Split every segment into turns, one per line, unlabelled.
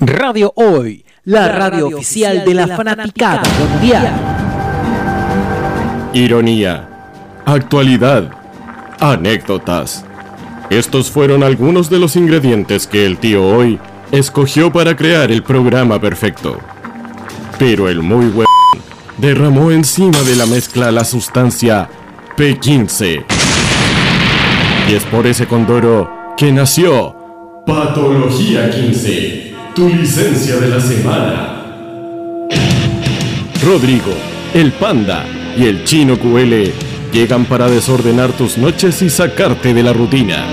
Radio Hoy, la, radio, oficial, de la, fanaticada, mundial.
Ironía. Actualidad. Anécdotas. Estos fueron algunos de los ingredientes que el tío hoy escogió para crear el programa perfecto. Pero el muy huevón derramó encima de la mezcla la sustancia P15. Y es por ese condoro que nació Patología 15, tu licencia de la semana. Rodrigo, el panda y el chino QL llegan para desordenar tus noches y sacarte de la rutina.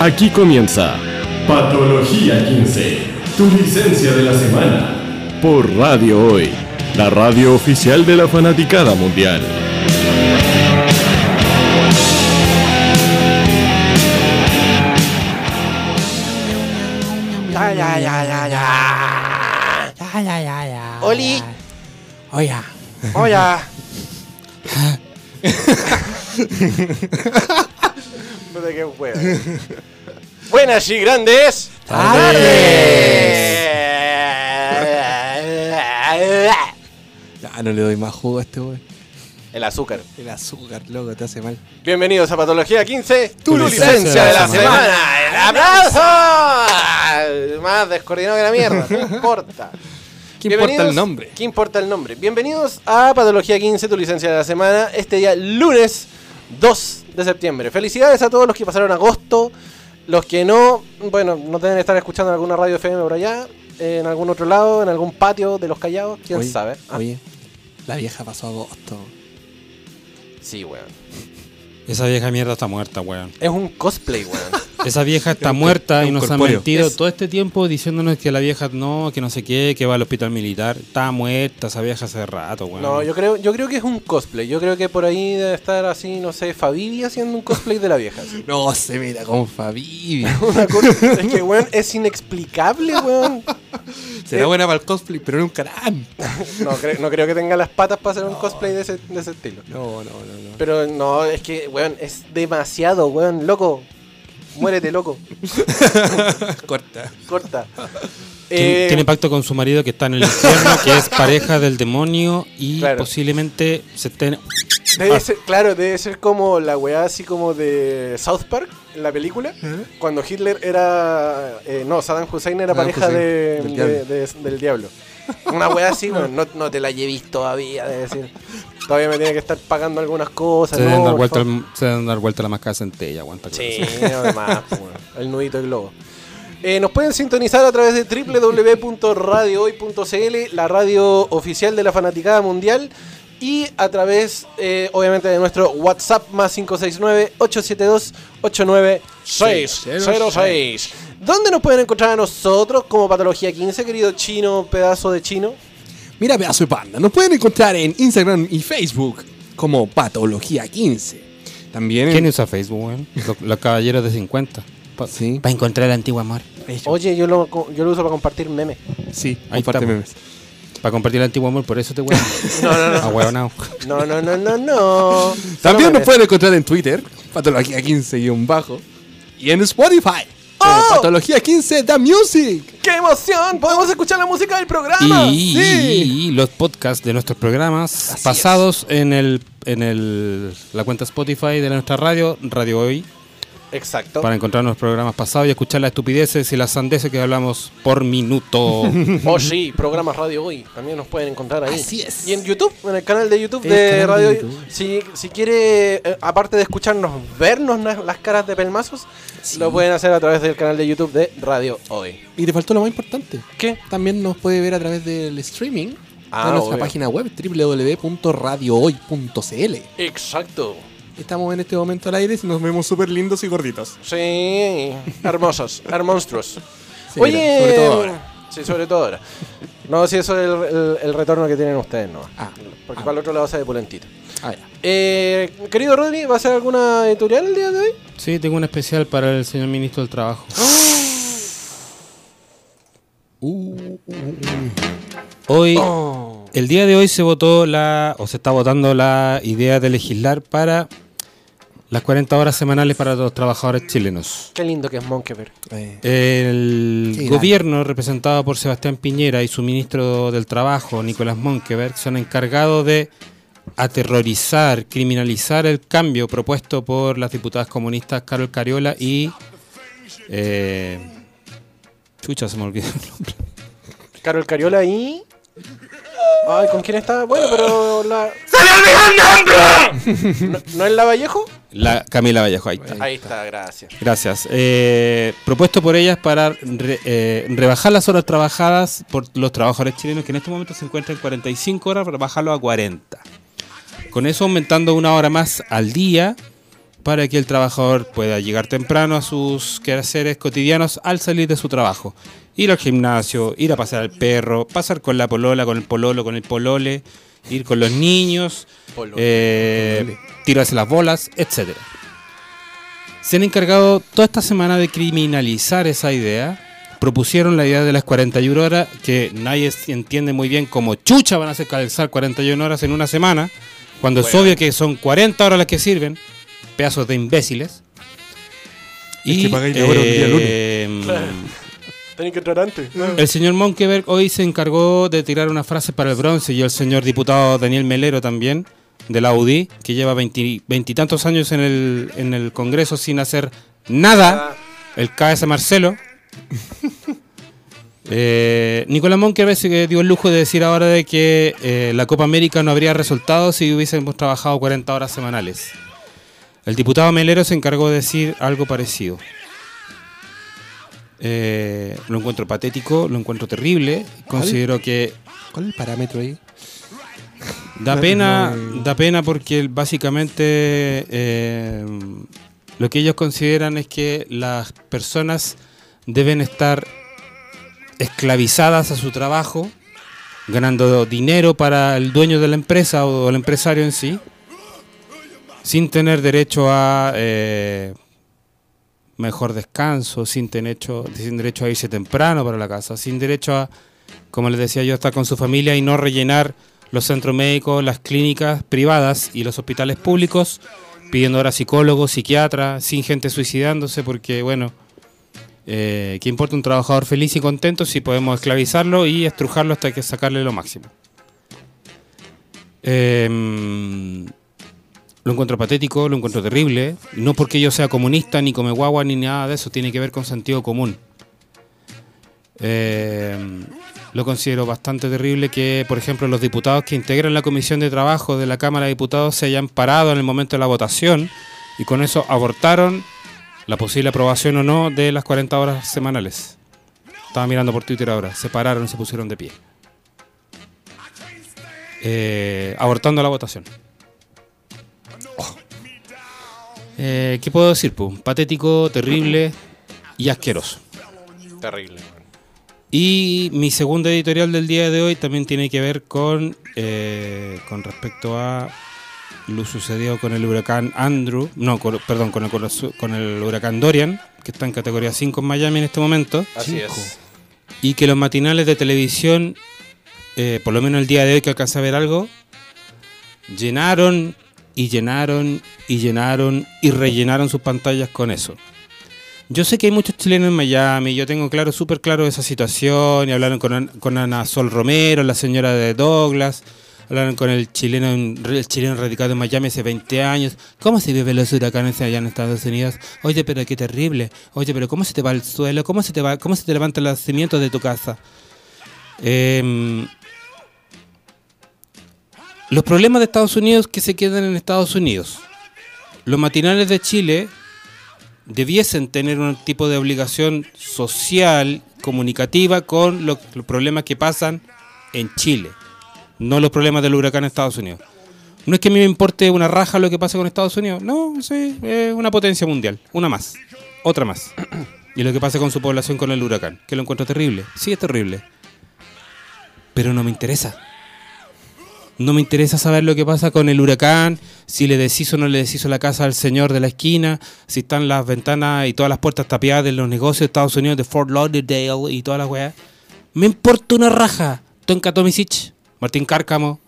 Aquí comienza Patología 15, tu licencia de la semana. Por Radio Hoy, la radio oficial de la fanaticada mundial.
Ya, ya, ya, ya, ya.
Ya, ya, ya, ya.
Oli.
Oiga,
Hola. Puta, qué huevo. Buenas y grandes. Eh,
ya no le doy más jugo a este wey.
El azúcar.
El azúcar, loco, te hace mal.
Bienvenidos a Patología 15, tu,
Tu
licencia,
licencia
de la semana. ¡El aplauso! Más descoordinado que la mierda, no importa.
¿Qué importa
Bienvenidos-
el nombre?
¿Qué importa el nombre? Bienvenidos a Patología 15, tu licencia de la semana, este día lunes 2 de septiembre. Felicidades a todos los que pasaron agosto, los que no, bueno, no deben estar escuchando en alguna radio FM por allá, en algún otro lado, en algún patio de los callados, quién
Oye,
sabe. Ah,
Oye, la vieja pasó agosto.
sí, weón.
Esa vieja mierda está muerta, weón.
Es un cosplay, weón.
Esa vieja está
es
muerta y
un
nos ha
corpóreo.
mentido
Es-
todo este tiempo diciéndonos que la vieja no, que no sé qué, que va al hospital militar. Está muerta esa vieja hace rato, weón.
No, yo creo, yo creo que es un cosplay. Yo creo que por ahí debe estar así, no sé, Fabibi haciendo un cosplay de la vieja. así.
No se mira con Fabi.
Una cosa- es que, weón, es inexplicable, weón.
Será buena para el cosplay, pero nunca carán.
No, cre- no creo que tenga las patas para hacer un cosplay de ese, de ese estilo.
No, no, no, no.
Pero no, es que, weón, es demasiado, weón. Loco, muérete, loco.
Corta.
Corta.
Tiene,
Eh,
tiene pacto con su marido que está en el infierno, que es pareja del demonio y
Claro.
posiblemente se estén.
debe ser- claro, debe ser como la weá así como de South Park, en la película, cuando Hitler era... eh, no, Saddam Hussein era
Saddam
pareja
Hussein,
de-
del
de- de- del diablo. Una weá así, weón, no, no te la llevís todavía, de decir. Todavía me tiene que estar pagando algunas cosas.
Se
no,
deben, dar
por
vuelta,
favor.
al- se deben dar vuelta la máscara de centella, aguanta.
Sí, además, pues, bueno, el nudito del globo. Eh, nos pueden sintonizar a través de www.radiohoy.cl, la radio oficial de la Fanaticada Mundial, y a través, eh, obviamente, de nuestro WhatsApp más 569-872-89606. ¿Dónde nos pueden encontrar a nosotros como Patología 15, querido chino, pedazo de chino?
Mira, pedazo de panda. Nos pueden encontrar en Instagram y Facebook como Patología15. También en-
¿Quién usa Facebook, weón? Los, los caballeros de 50.
Sí.
Para encontrar el antiguo amor.
Oye, yo lo, co- yo lo uso para compartir memes.
Sí,
Ahí
comparte
está.
memes.
Para compartir el antiguo amor, por eso te weón.
No, no, no.
Ah, weón, no.
No, no, no, no, no.
También nos
pueden
pueden encontrar en Twitter, Patología15 y un bajo. Y en Spotify, como
¡Oh!
Patología15 The Music.
¡Qué emoción! ¡Podemos escuchar la música del programa!
y,
sí.
y- y los podcasts de nuestros programas
Así
pasados en el en el la cuenta Spotify de nuestra radio, Radio Hoy,
Exacto.
para encontrar los programas pasados y escuchar las estupideces y las sandeces que hablamos por minuto.
Oh, sí, programas Radio Hoy. También nos pueden encontrar ahí.
Así es.
Y en YouTube, en el canal de YouTube
El
de
canal de
Radio Hoy.
YouTube.
Si, si quiere, eh, aparte de escucharnos, vernos na- las caras de pelmazos, lo pueden hacer a través del canal de YouTube de Radio Hoy.
Y te faltó lo más importante.
¿Qué?
También nos puede ver a través del streaming
Ah,
de nuestra
obvio.
página web www.radiohoy.cl.
Exacto.
Estamos en este momento al aire y nos vemos súper lindos y gorditos.
Sí, hermosos, hermonstruos.
Sí,
Oye,
sobre todo ahora.
Sí, sobre todo ahora. No, si eso es el, el- el retorno que tienen ustedes, no.
Ah,
Porque
ah.
para el otro lado se de pulentito.
Ah, ya.
Eh, querido Rodri, ¿va a hacer alguna editorial el día de hoy?
sí, tengo un especial para el señor ministro del Trabajo.
Uh, Oh.
Hoy El día de hoy se votó la, o se está votando la idea de legislar para las 40 horas semanales para los trabajadores chilenos.
Qué lindo que es Monkeberg.
Eh,
El
Sí, Irán.
gobierno representado por Sebastián Piñera y su ministro del Trabajo, Nicolás Monkeberg, son encargados de aterrorizar, criminalizar el cambio propuesto por las diputadas comunistas Carol Cariola y... eh, chucha, se me olvidó el nombre.
Carol Cariola y. Ay, ¿con quién está? Bueno, pero la. ¡Se le olvidó el nombre! ¿No, no es la Vallejo?
La Camila Vallejo, ahí está.
Ahí está, gracias.
Gracias. Eh, propuesto por ellas para re- eh, rebajar las horas trabajadas por los trabajadores chilenos que en este momento se encuentran en 45 horas, rebajarlo a 40. Con eso aumentando una hora más al día para que el trabajador pueda llegar temprano a sus quehaceres cotidianos al salir de su trabajo. Ir al gimnasio, ir a pasear al perro, pasar con la polola, con el pololo, con el polole, ir con los niños,
Pololo.
eh, tirarse las bolas, etcétera se han encargado toda esta semana de criminalizar esa idea. Propusieron la idea de las 41 horas, que nadie entiende muy bien cómo chucha van a hacer calzar 41 horas en una semana, cuando es
eh.
obvio que son 40 horas las que sirven, pedazos de imbéciles.
Es que pagáis la hora un día
eh,
Tenía que entrar antes.
el señor Monkeberg hoy se encargó de tirar una frase para el bronce y el señor diputado Daniel Melero también, de la UDI, que lleva veinti- veintitantos años en el, en el Congreso sin hacer nada, el KS Marcelo. Eh, Nicolás Monkeberg se dio el lujo de decir ahora de que eh, la Copa América no habría resultado si hubiésemos trabajado 40 horas semanales. El diputado Melero se encargó de decir algo parecido. Eh, lo encuentro patético, lo encuentro terrible. Considero que
¿Cuál es el parámetro ahí?
da
No,
pena,
no. eh.
da pena porque el- básicamente eh, lo que ellos consideran es que las personas deben estar esclavizadas a su trabajo, ganando dinero para el dueño de la empresa o el empresario en sí, sin tener derecho a eh, mejor descanso, sin, derecho, sin derecho a irse temprano para la casa, sin derecho a, como les decía yo, estar con su familia y no rellenar los centros médicos, las clínicas privadas y los hospitales públicos, pidiendo ahora psicólogos, psiquiatras, sin gente suicidándose, porque bueno, eh, ¿qué importa un trabajador feliz y contento si podemos esclavizarlo y estrujarlo hasta que sacarle lo máximo? Em, lo encuentro patético, lo encuentro terrible. No porque yo sea comunista, ni come guagua, ni nada de eso. Tiene que ver con sentido común. Eh, lo considero bastante terrible que, por ejemplo, los diputados que integran la Comisión de Trabajo de la Cámara de Diputados se hayan parado en el momento de la votación y con eso abortaron la posible aprobación o no de las 40 horas semanales. Estaba mirando por Twitter ahora. Se pararon y se pusieron de pie. Eh, abortando la votación. Oh. Eh, ¿Qué puedo decir? pu? Patético, terrible y asqueroso.
Terrible.
Y mi segunda editorial del día de hoy también tiene que ver con, eh, con respecto a lo sucedido con el huracán Andrew, no, con- perdón, con el, con el huracán Dorian, que está en categoría 5 en Miami en este momento
Así es.
Cinco.
y que los matinales de televisión, eh, por lo menos el día de hoy que alcancé a ver algo, llenaron y llenaron y llenaron y rellenaron sus pantallas con eso. Yo sé que hay muchos chilenos en Miami, yo tengo claro, súper claro esa situación, y hablaron con, An- con Ana Sol Romero, la señora de Douglas, hablaron con el chileno, en- el chileno radicado en Miami hace 20 años, ¿cómo se vive los huracanes allá en Estados Unidos? Oye, pero qué terrible, oye, pero ¿cómo se te va el suelo? ¿Cómo se te, va, cómo se te levantan los cimientos de tu casa? Em, los problemas de Estados Unidos que se quedan en Estados Unidos. Los matinales de Chile debiesen tener un tipo de obligación social, comunicativa, con lo- los problemas que pasan en Chile, no los problemas del huracán en Estados Unidos. No es que a mí me importe una raja lo que pasa con Estados Unidos, no, sí, es una potencia mundial, una más, otra más. Y lo que pasa con su población con el huracán, que lo encuentro terrible, sí es terrible, pero no me interesa. No me interesa saber lo que pasa con el huracán, si le deshizo o no le deshizo la casa al señor de la esquina, si están las ventanas y todas las puertas tapiadas de los negocios de Estados Unidos, de Fort Lauderdale y todas las weas. Me importa una raja. Tonka Tomisic, Martín Cárcamo,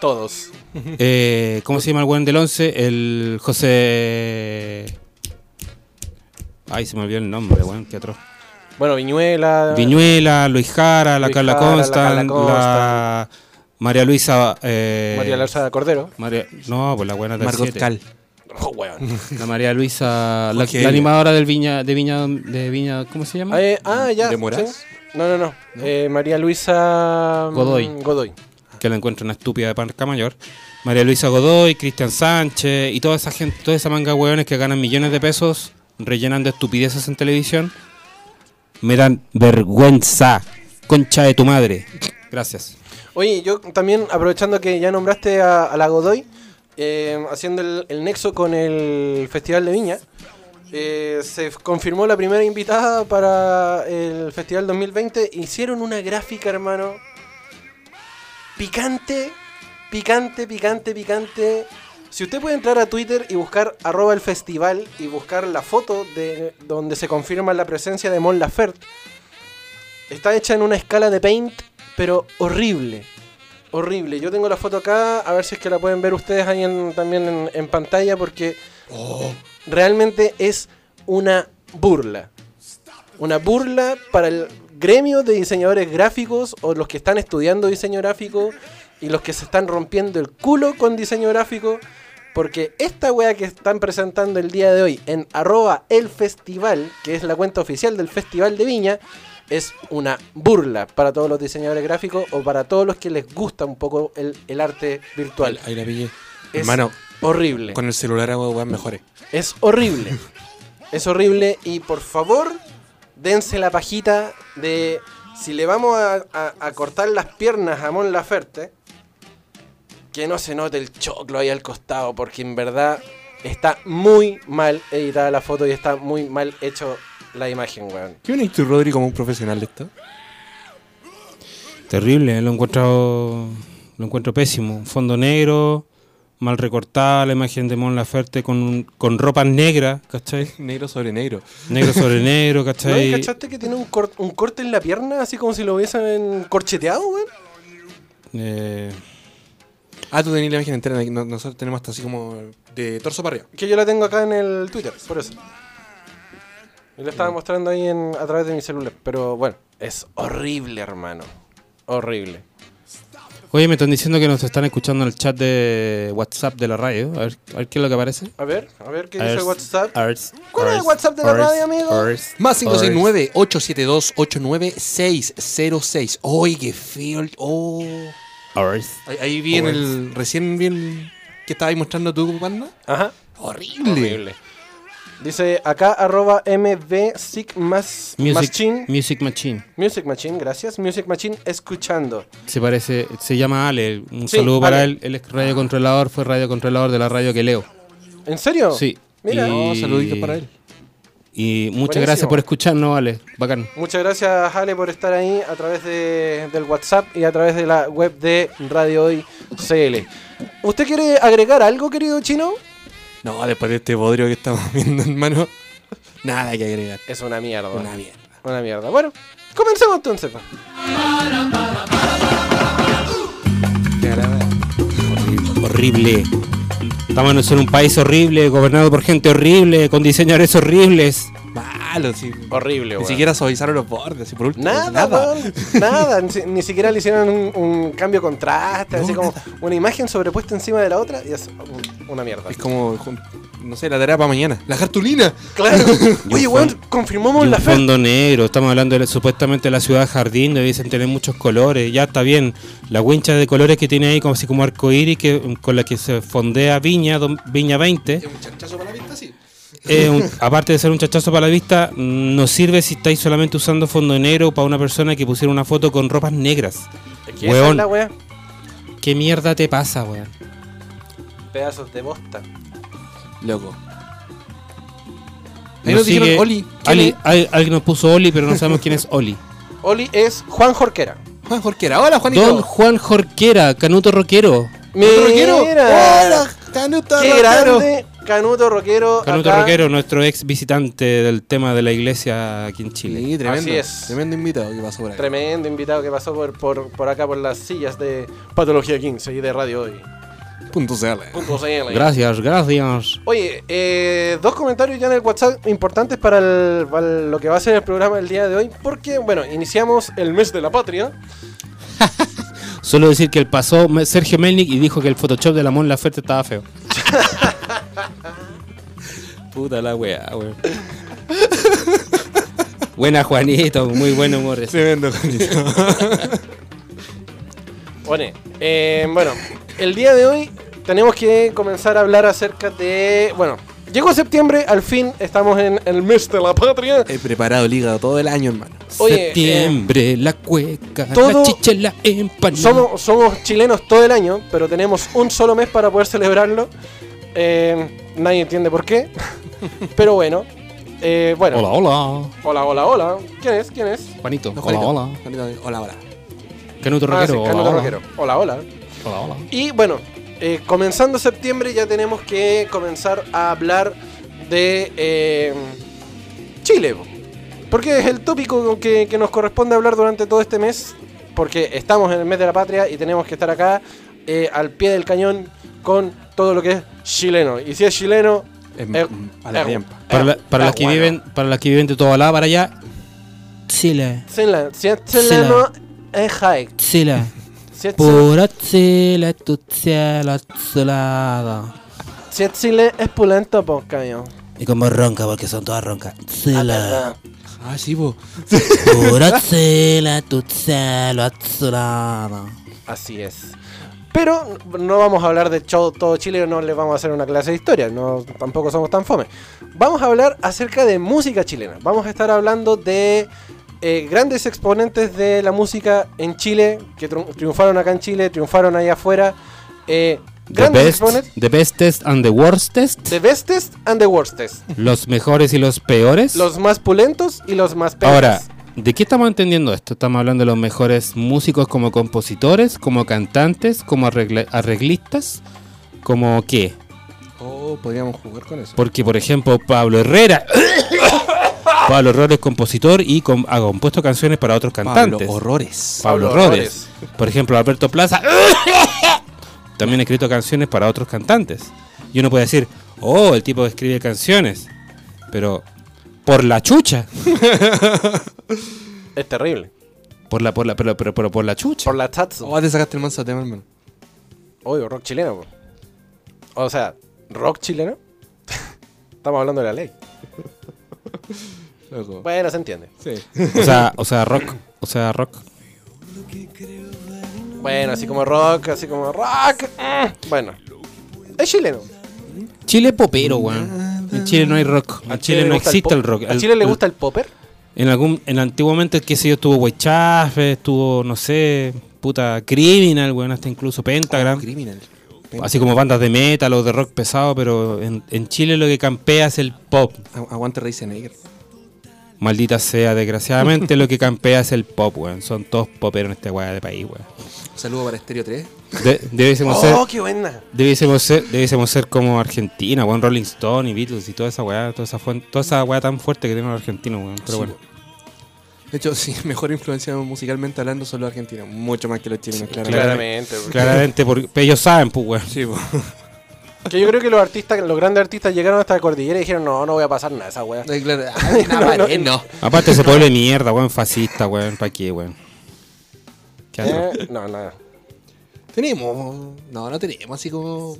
Todos.
eh, ¿cómo se llama el weón del 11? El José... Ay, se me olvidó el nombre, weón, qué atroz.
Bueno, Viñuela.
Viñuela, Luis Jara, la
Ah. Luis
Carla
Jara, la
Constant,
Carla
la María Luisa. eh,
María Larsa Cordero.
María- no, pues la buena del
Margot
siete.
Cal.
Oh, weón.
La María Luisa, la,
Jorge Elia.
la animadora del Viña, de Viña, de Viña, ¿cómo se llama?
Ah, eh, ah, ya.
¿De Moraz?
sí. No, no, no. Eh, María Luisa. mm,
Godoy.
Godoy.
que la encuentro una estúpida de Parca Mayor. María Luisa Godoy, Cristian Sánchez y toda esa gente, toda esa manga de hueones que ganan millones de pesos rellenando estupideces en televisión. Me dan vergüenza, concha de tu madre. Gracias.
Oye, yo también, aprovechando que ya nombraste a, a la Godoy, eh, haciendo el, el nexo con el Festival de Viña, eh, se f- confirmó la primera invitada para el Festival 2020. Hicieron una gráfica, hermano. Picante, picante, picante, picante. Si usted puede entrar a Twitter y buscar arroba el festival y buscar la foto de donde se confirma la presencia de Mon Laferte, Está hecha en una escala de paint, pero horrible. Horrible. Yo tengo la foto acá, a ver si es que la pueden ver ustedes ahí en- también en, en pantalla, porque realmente es una burla. Una burla para el gremio de diseñadores gráficos o los que están estudiando diseño gráfico y los que se están rompiendo el culo con diseño gráfico. Porque esta wea que están presentando el día de hoy en arroba el festival, que es la cuenta oficial del Festival de Viña, es una burla para todos los diseñadores gráficos o para todos los que les gusta un poco el, el arte virtual.
Ahí la pillé.
Es
Hermano,
horrible.
con el celular hago weas mejores.
Es horrible. es horrible y por favor dense la pajita de si le vamos a, a- a cortar las piernas a Mon Laferte, que no se note el choclo ahí al costado, porque en verdad está muy mal editada la foto y está muy mal hecho la imagen, weón.
¿Qué viene tú, Rodri, como un profesional de esto?
Terrible, ¿eh? lo he encontrado, lo encuentro pésimo. Fondo negro, mal recortada, la imagen de Mon Laferte con, un- con ropa negra, ¿cachai?
Negro sobre negro.
Negro sobre negro,
¿No
¿cachai?
cachaste que tiene un, cor- un corte en la pierna, así como si lo hubiesen corcheteado, weón?
Eh,
Ah, tú tenías la imagen entera. no- Nosotros tenemos hasta así como de torso para arriba.
Que yo la tengo acá en el Twitter, por eso. Yo la estaba
Mm.
mostrando ahí en- a través de mi celular. Pero bueno, es horrible, hermano. Horrible.
Oye, me están diciendo que nos están escuchando en el chat de WhatsApp de la radio. A ver, a ver qué es lo que aparece.
A ver, a ver qué
A
dice
ver,
el WhatsApp.
a ver,
¿Cuál es el
a ver,
WhatsApp de la
a ver,
radio, amigo?
a ver.
Más 569-872-89606. ¡Oye, qué feo! el- ¡Oh! Ahí, ahí vi en el. Recién vi el. que estabas mostrando tú, banda?
Ajá.
¡Horrible!
Horrible. Dice acá arroba mb Sig mas-
Music,
machine.
Music Machine.
Music Machine, gracias. Music Machine escuchando.
Se parece, se llama Ale. Un
Sí,
saludo para
Ale.
él. Él es radiocontrolador, fue radiocontrolador de la radio que leo.
¿En serio?
Sí.
Mira.
Y-
Oh, saluditos para él.
Y muchas
Buenísimo.
gracias por escucharnos, Ale. Bacán.
Muchas gracias, Ale, por estar ahí a través de- del WhatsApp y a través de la web de Radio Hoy CL. ¿Usted quiere agregar algo, querido chino?
No, después de este bodrio que estamos viendo, hermano. Nada que agregar.
Es una mierda.
Una mierda.
Una mierda. Bueno, comencemos entonces. pa.
Horrible. Estamos en un país horrible, gobernado por gente horrible, con diseñadores horribles.
Malo, sí.
Horrible,
Ni
weón.
siquiera suavizaron los bordes, así por último.
Nada, nada. nada. Ni, si- ni siquiera le hicieron un, un cambio de contraste,
No,
así como
nada.
una imagen sobrepuesta encima de la otra y es un- una mierda.
Es como, no sé, la tarea para mañana. La cartulina.
Claro. Oye,
Y un
weón,
fon-
confirmamos
Y
la
un
fe.
fondo negro, estamos hablando de supuestamente la ciudad jardín, donde dicen tener muchos colores, ya está bien. La wincha de colores que tiene ahí, como así como arcoíris, que, con la que se fondea Viña, don- Viña 20.
un chanchazo para la vista, sí.
eh, un- aparte de ser un chachazo para la vista, no sirve si estáis solamente usando fondo negro para una persona que pusiera una foto con ropas negras.
¿Qué es
Weón.
la weá?
¿Qué mierda te pasa, weón?
Pedazos de bosta.
Loco. Ahí
Nos
nos dijeron
sigue-
Oli. ¿quién
Ali-
es?
al- alguien nos puso Oli, pero no sabemos quién es Oli.
Oli es Juan Jorquera.
Juan Jorquera. Ah, Hola, Juanito.
Don Juan Jorquera, Canuto Roquero.
Juan Jorquero.
Mira.
Hola, Canuto
Qué
Roquero.
grande Canuto Roquero.
Canuto
acá.
Roquero, nuestro ex visitante del tema de la iglesia aquí en Chile.
Sí, tremendo.
Así es.
Tremendo invitado que pasó por acá.
Tremendo invitado que pasó por, por, por acá por las sillas de Patología 15 y de Radio Hoy.
Punto CL.
Punto CL.
Gracias, gracias.
Oye, eh, dos comentarios ya en el WhatsApp importantes para, el- para el- lo que va a ser el programa el día de hoy, porque, bueno, iniciamos el mes de la patria.
Solo decir que él pasó me- Sergio Melnik y dijo que el Photoshop de la Mon Laferte estaba feo. Puta la weá, weón. Buena Juanito, muy buen humor. ese.
Tremendo, Juanito.
One, eh, bueno, el día de hoy tenemos que comenzar a hablar acerca de. Bueno, llegó septiembre, al fin estamos en el mes de la patria.
He preparado el hígado todo el año, hermano.
Oye, eh,
Septiembre, la cueca,
todo-
la chicha, la empanada.
Somos, somos chilenos todo el año, pero tenemos un solo mes para poder celebrarlo. Eh, nadie entiende por qué. pero bueno. eh, bueno.
Hola, hola.
hola, hola, hola. ¿Quién es? ¿Quién es?
Juanito,
No,
hola,
Juanito.
hola.
Juanito, hola, hola.
Canuto
Ah, sí,
Rockero, hola,
Carlos
hola.
Roquero. Hola, hola.
Hola, hola.
Y bueno, eh, comenzando septiembre ya tenemos que comenzar a hablar de eh, Chile. po. Porque es el tópico que, que nos corresponde hablar durante todo este mes. Porque estamos en el mes de la patria y tenemos que estar acá eh, al pie del cañón con todo lo que es chileno. Y si es chileno, eh,
Em,
es-
mm, a la
es-
riempa.
Para, la-
es-
para
es
las que
eh, bueno.
viven, para las que viven de todo lado para allá. Chile,
Chile- si es
Chile.
chileno, es high.
Chile.
Si es, chile,
Pura Chile, tu cielo azulado.
si es chile, es pulento, po, cañón.
Y como ronca, porque son todas roncas.
Ah,
Chile,
verdad.
Ah, sí, po.
pura Chile, tu cielo azulado.
Así es. Pero no vamos a hablar de cho- todo Chile, no les vamos a hacer una clase de historia, no, tampoco somos tan fome. Vamos a hablar acerca de música chilena. Vamos a estar hablando de eh, grandes exponentes de la música en Chile, que tru- triunfaron acá en Chile, triunfaron allá afuera. Eh,
The
grandes
best,
exponentes.
the best test and the worst test.
The bestest and the worstest.
Los mejores y los peores.
Los más pulentos y los más peores.
Ahora, ¿de qué estamos entendiendo esto? Estamos hablando de los mejores músicos como compositores, como cantantes, como arregla- arreglistas, como qué.
Oh, podríamos jugar con eso.
Porque, por ejemplo, Pablo Herrera. Pablo Herrera es compositor y com- ha compuesto canciones para otros cantantes.
Pablo, horrores.
Pablo
Pablo
Rhodes. Por ejemplo, Alberto Plaza también ha escrito canciones para otros cantantes. Y uno puede decir, oh, el tipo que escribe canciones. Pero por la chucha.
Es terrible.
Por la, por la, pero, pero, pero por la chucha.
Por la tatsu.
Oh, te sacaste el manso tema, hermano.
Obvio, rock chileno. po. O sea, rock chileno. Estamos hablando de la ley.
Loco.
Bueno, se entiende.
Sí.
O sea, o sea, rock. O sea, rock.
Bueno, así como rock, así como rock. mm, Bueno, es chileno.
Chile popero, weón. En Chile no hay rock. En Chile, no
le gusta
existe
pop.
el, rock.
¿A
El-
Chile le
el-
gusta el popper?
En algún, en antiguamente, qué sé yo, estuvo Weichafe, estuvo, no sé, puta, Criminal, weón, hasta incluso Pentagram.
Oh, Criminal.
Así como bandas de metal o de rock pesado, pero en, en Chile lo que campea es el pop.
Agu- Aguante Rey Neger.
Maldita sea, desgraciadamente lo que campea es el pop, weón. Son todos poperos en esta weá de país, weón.
Saludo para Estéreo 3.
De- debiésemos, ser,
¡Oh, qué buena!
debiésemos ser debiésemos ser como Argentina, weón, Rolling Stone y Beatles y toda esa weá, toda esa, fuen- toda esa weá tan fuerte que tienen los argentinos, weón. Pero
Sí,
bueno.
De hecho, sí, mejor influencia musicalmente hablando son los argentinos. Mucho más que los chilenos, claramente.
claro.
Claramente. porque-
Claramente, porque ellos saben, pues, weón.
Sí, po.
Que yo creo que los artistas, los grandes artistas llegaron hasta la cordillera y dijeron, no, no voy a pasar nada de esa weá.
Ay, claro. ah, Ay, no, pared, no.
Aparte ese pueblo de mierda, weón, fascista, weón, pa' qué, weón. ¿Qué otro?
Eh, no, nada.
Tenemos. No, no tenemos así como.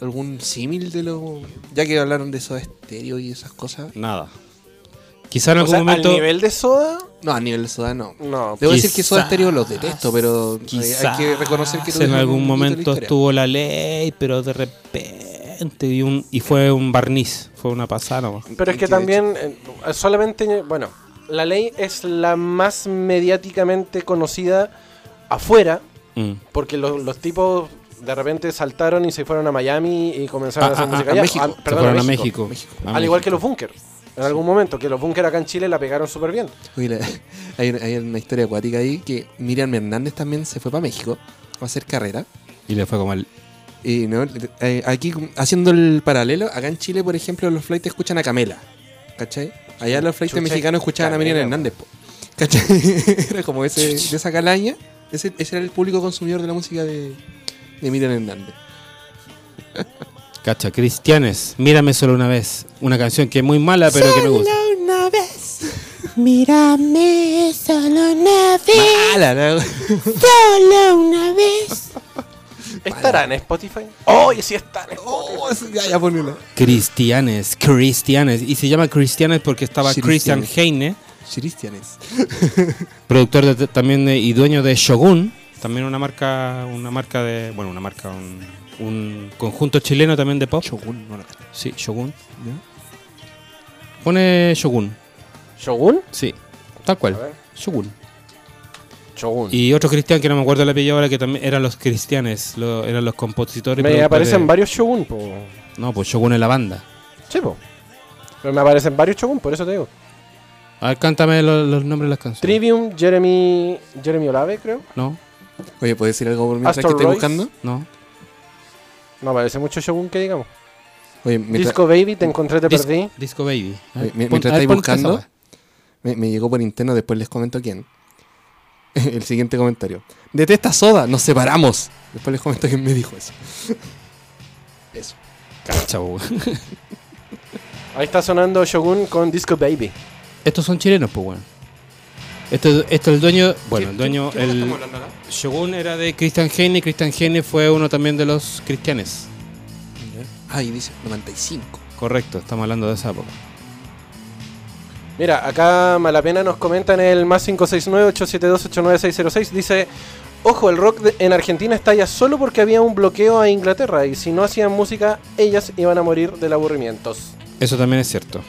Algún símil de lo. Ya que hablaron de esos estéreos y esas cosas.
Nada. Quizá en
O
algún
sea,
momento...
al nivel de soda,
No, a nivel de soda no.
no.
Debo
Quizás-
decir que esos estéreos los detesto, pero hay- hay que reconocer que
Quizás
tuvieron
en
un hito
algún
en la
momento
historia.
estuvo la ley, pero de repente y un y fue un barniz, fue una pasada nomás.
Pero es que también, eh, solamente, bueno, la ley es la más mediáticamente conocida afuera,
Mm.
porque los, los tipos de repente saltaron y se fueron a Miami y comenzaron
Ah,
a hacer
ah,
música
ah,
allá.
México.
Ah,
Se
Se
perdón,
fueron a México. A
Al igual
México.
que los Bunker. En algún momento, que los Bunker acá en Chile la pegaron súper bien.
Oye, la- hay, una- hay una historia acuática ahí que Miriam Hernández también se fue para México a hacer carrera.
Y le fue como el...
Y no, eh, aquí haciendo el paralelo, acá en Chile, por ejemplo, los flights escuchan a Camela. ¿Cachai? Allá los flights
Chucha,
mexicanos escuchaban a
Camela,
Miriam
po.
Hernández. po. ¿Cachai? Era como ese, de esa calaña. Ese, ese era el público consumidor de la música de, de Miriam Hernández.
Cacha, Cristianes, mírame solo una vez. Una canción que es muy mala, pero que me gusta.
una vez. Mírame solo una vez. Solo una vez.
¿Estará en Spotify? ¡Oye, sí está en Spotify!
Oh, ya, ya ponela.
Cristianes, Cristianes. Y se llama Cristianes porque estaba Christian
Cristianes.
Heine,
Cristianes.
productor de- también de- y dueño de Shogun, también una marca, una marca de, bueno, una marca, un, un conjunto chileno también de pop.
Shogun, no la cacho.
Sí, Shogun.
¿Ya?
Pone Shogun,
¿Shogun?
sí, tal
A ver.
cual. Shogun.
Shogun.
Y otro cristian que no me acuerdo el apellido ahora que también eran los cristianes, lo- eran los compositores. y
Me
productores.
aparecen varios Shogun, po.
No, pues Shogun es la banda.
Sí, po. Pero me aparecen varios Shogun, por eso te digo.
A ver, cántame lo- los, nombres de las canciones.
Trivium, Jeremy. Jeremy Olave, creo.
No,
Oye, ¿puedes decir algo por mientras
Astor
que estoy
Royce.
buscando?
no.
No aparece mucho Shogun que digamos.
Oye, mientras,
Disco Baby, te encontré, te
Dis-
perdí.
Disco Baby. A ver,
oye, mi-
pon-
mientras
a ver,
estáis
pon esa
buscando,
wea.
me, me llegó por interno, después les comento quién. El siguiente comentario. Detesta soda, nos separamos. Después les comento quién me dijo eso.
Cacha, po.
Ahí está sonando Shogun con Disco Baby.
Estos son chilenos, pues bueno. Esto, esto el dueño, bueno, el dueño, el Shogun era de Christian Heine, Christian Heine fue uno también de los cristianes.
Ah, y dice 95.
Correcto, estamos hablando de esa época.
Mira, acá Malapena nos comenta en el más 569-872-89606. Dice: Ojo, el rock de- en Argentina está ya solo porque había un bloqueo a Inglaterra y si no hacían música, ellas iban a morir del aburrimiento.
Eso también es cierto.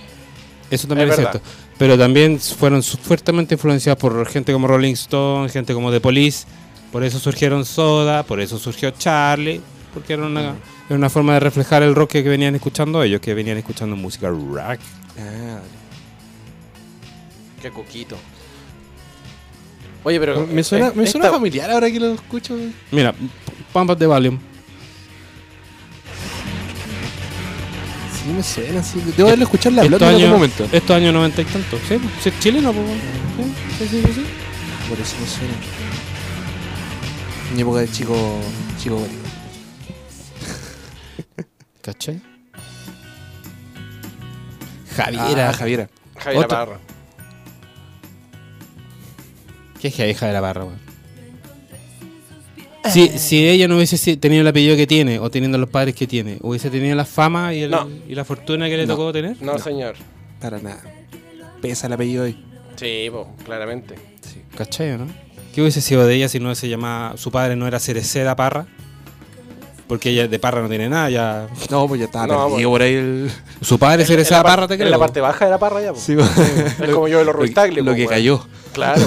Eso también
Es
es,
verdad.
cierto. Pero también fueron su- fuertemente influenciadas por gente como Rolling Stone, gente como The Police. Por eso surgieron Soda, por eso surgió Charlie. Porque era una,
Mm.
era una forma de reflejar el rock que que venían escuchando ellos, que venían escuchando música rock.
Ah,
Qué coquito. Oye,
Mm,
pero.
me suena,
eh,
me suena
esta-
familiar ahora que lo escucho.
Mira, Pampas de Valium.
Sí, me suena. Sí. este Debo haberlo escuchado en la
Estos
plata en algún
años
momento.
esto Este año 90 y tanto. Sí, sí, chileno, po, weón. Sí, sí, sí, sí.
Por eso me suena. Mi época de chico. chico gótico.
¿Cachai?
Javiera. Ah, Javiera.
Javier
Otro-
Parra.
¿Qué es que hija de la barra, weón? Si, si ella no hubiese si- tenido el apellido que tiene, o teniendo los padres que tiene, hubiese tenido la fama y, el-
No.
y la fortuna que le
No.
tocó tener.
No, señor.
Para nada. Pesa el apellido hoy.
Sí, po, claramente.
¿Cachai o no? ¿Qué hubiese sido de ella si no se llamaba, su padre no era Cereceda Parra? Porque ella de Parra no tiene nada, ya...
No, pues ya estaba
No,
perdido por ahí el.
Su padre es
En la
Cereceda
par-
Parra, te creo.
En la parte baja de la parra ya, po.
Sí, pues.
Es como yo de los
Lo,
Ruiz Tagle,
que- lo
po,
que
weón.
cayó.
Claro.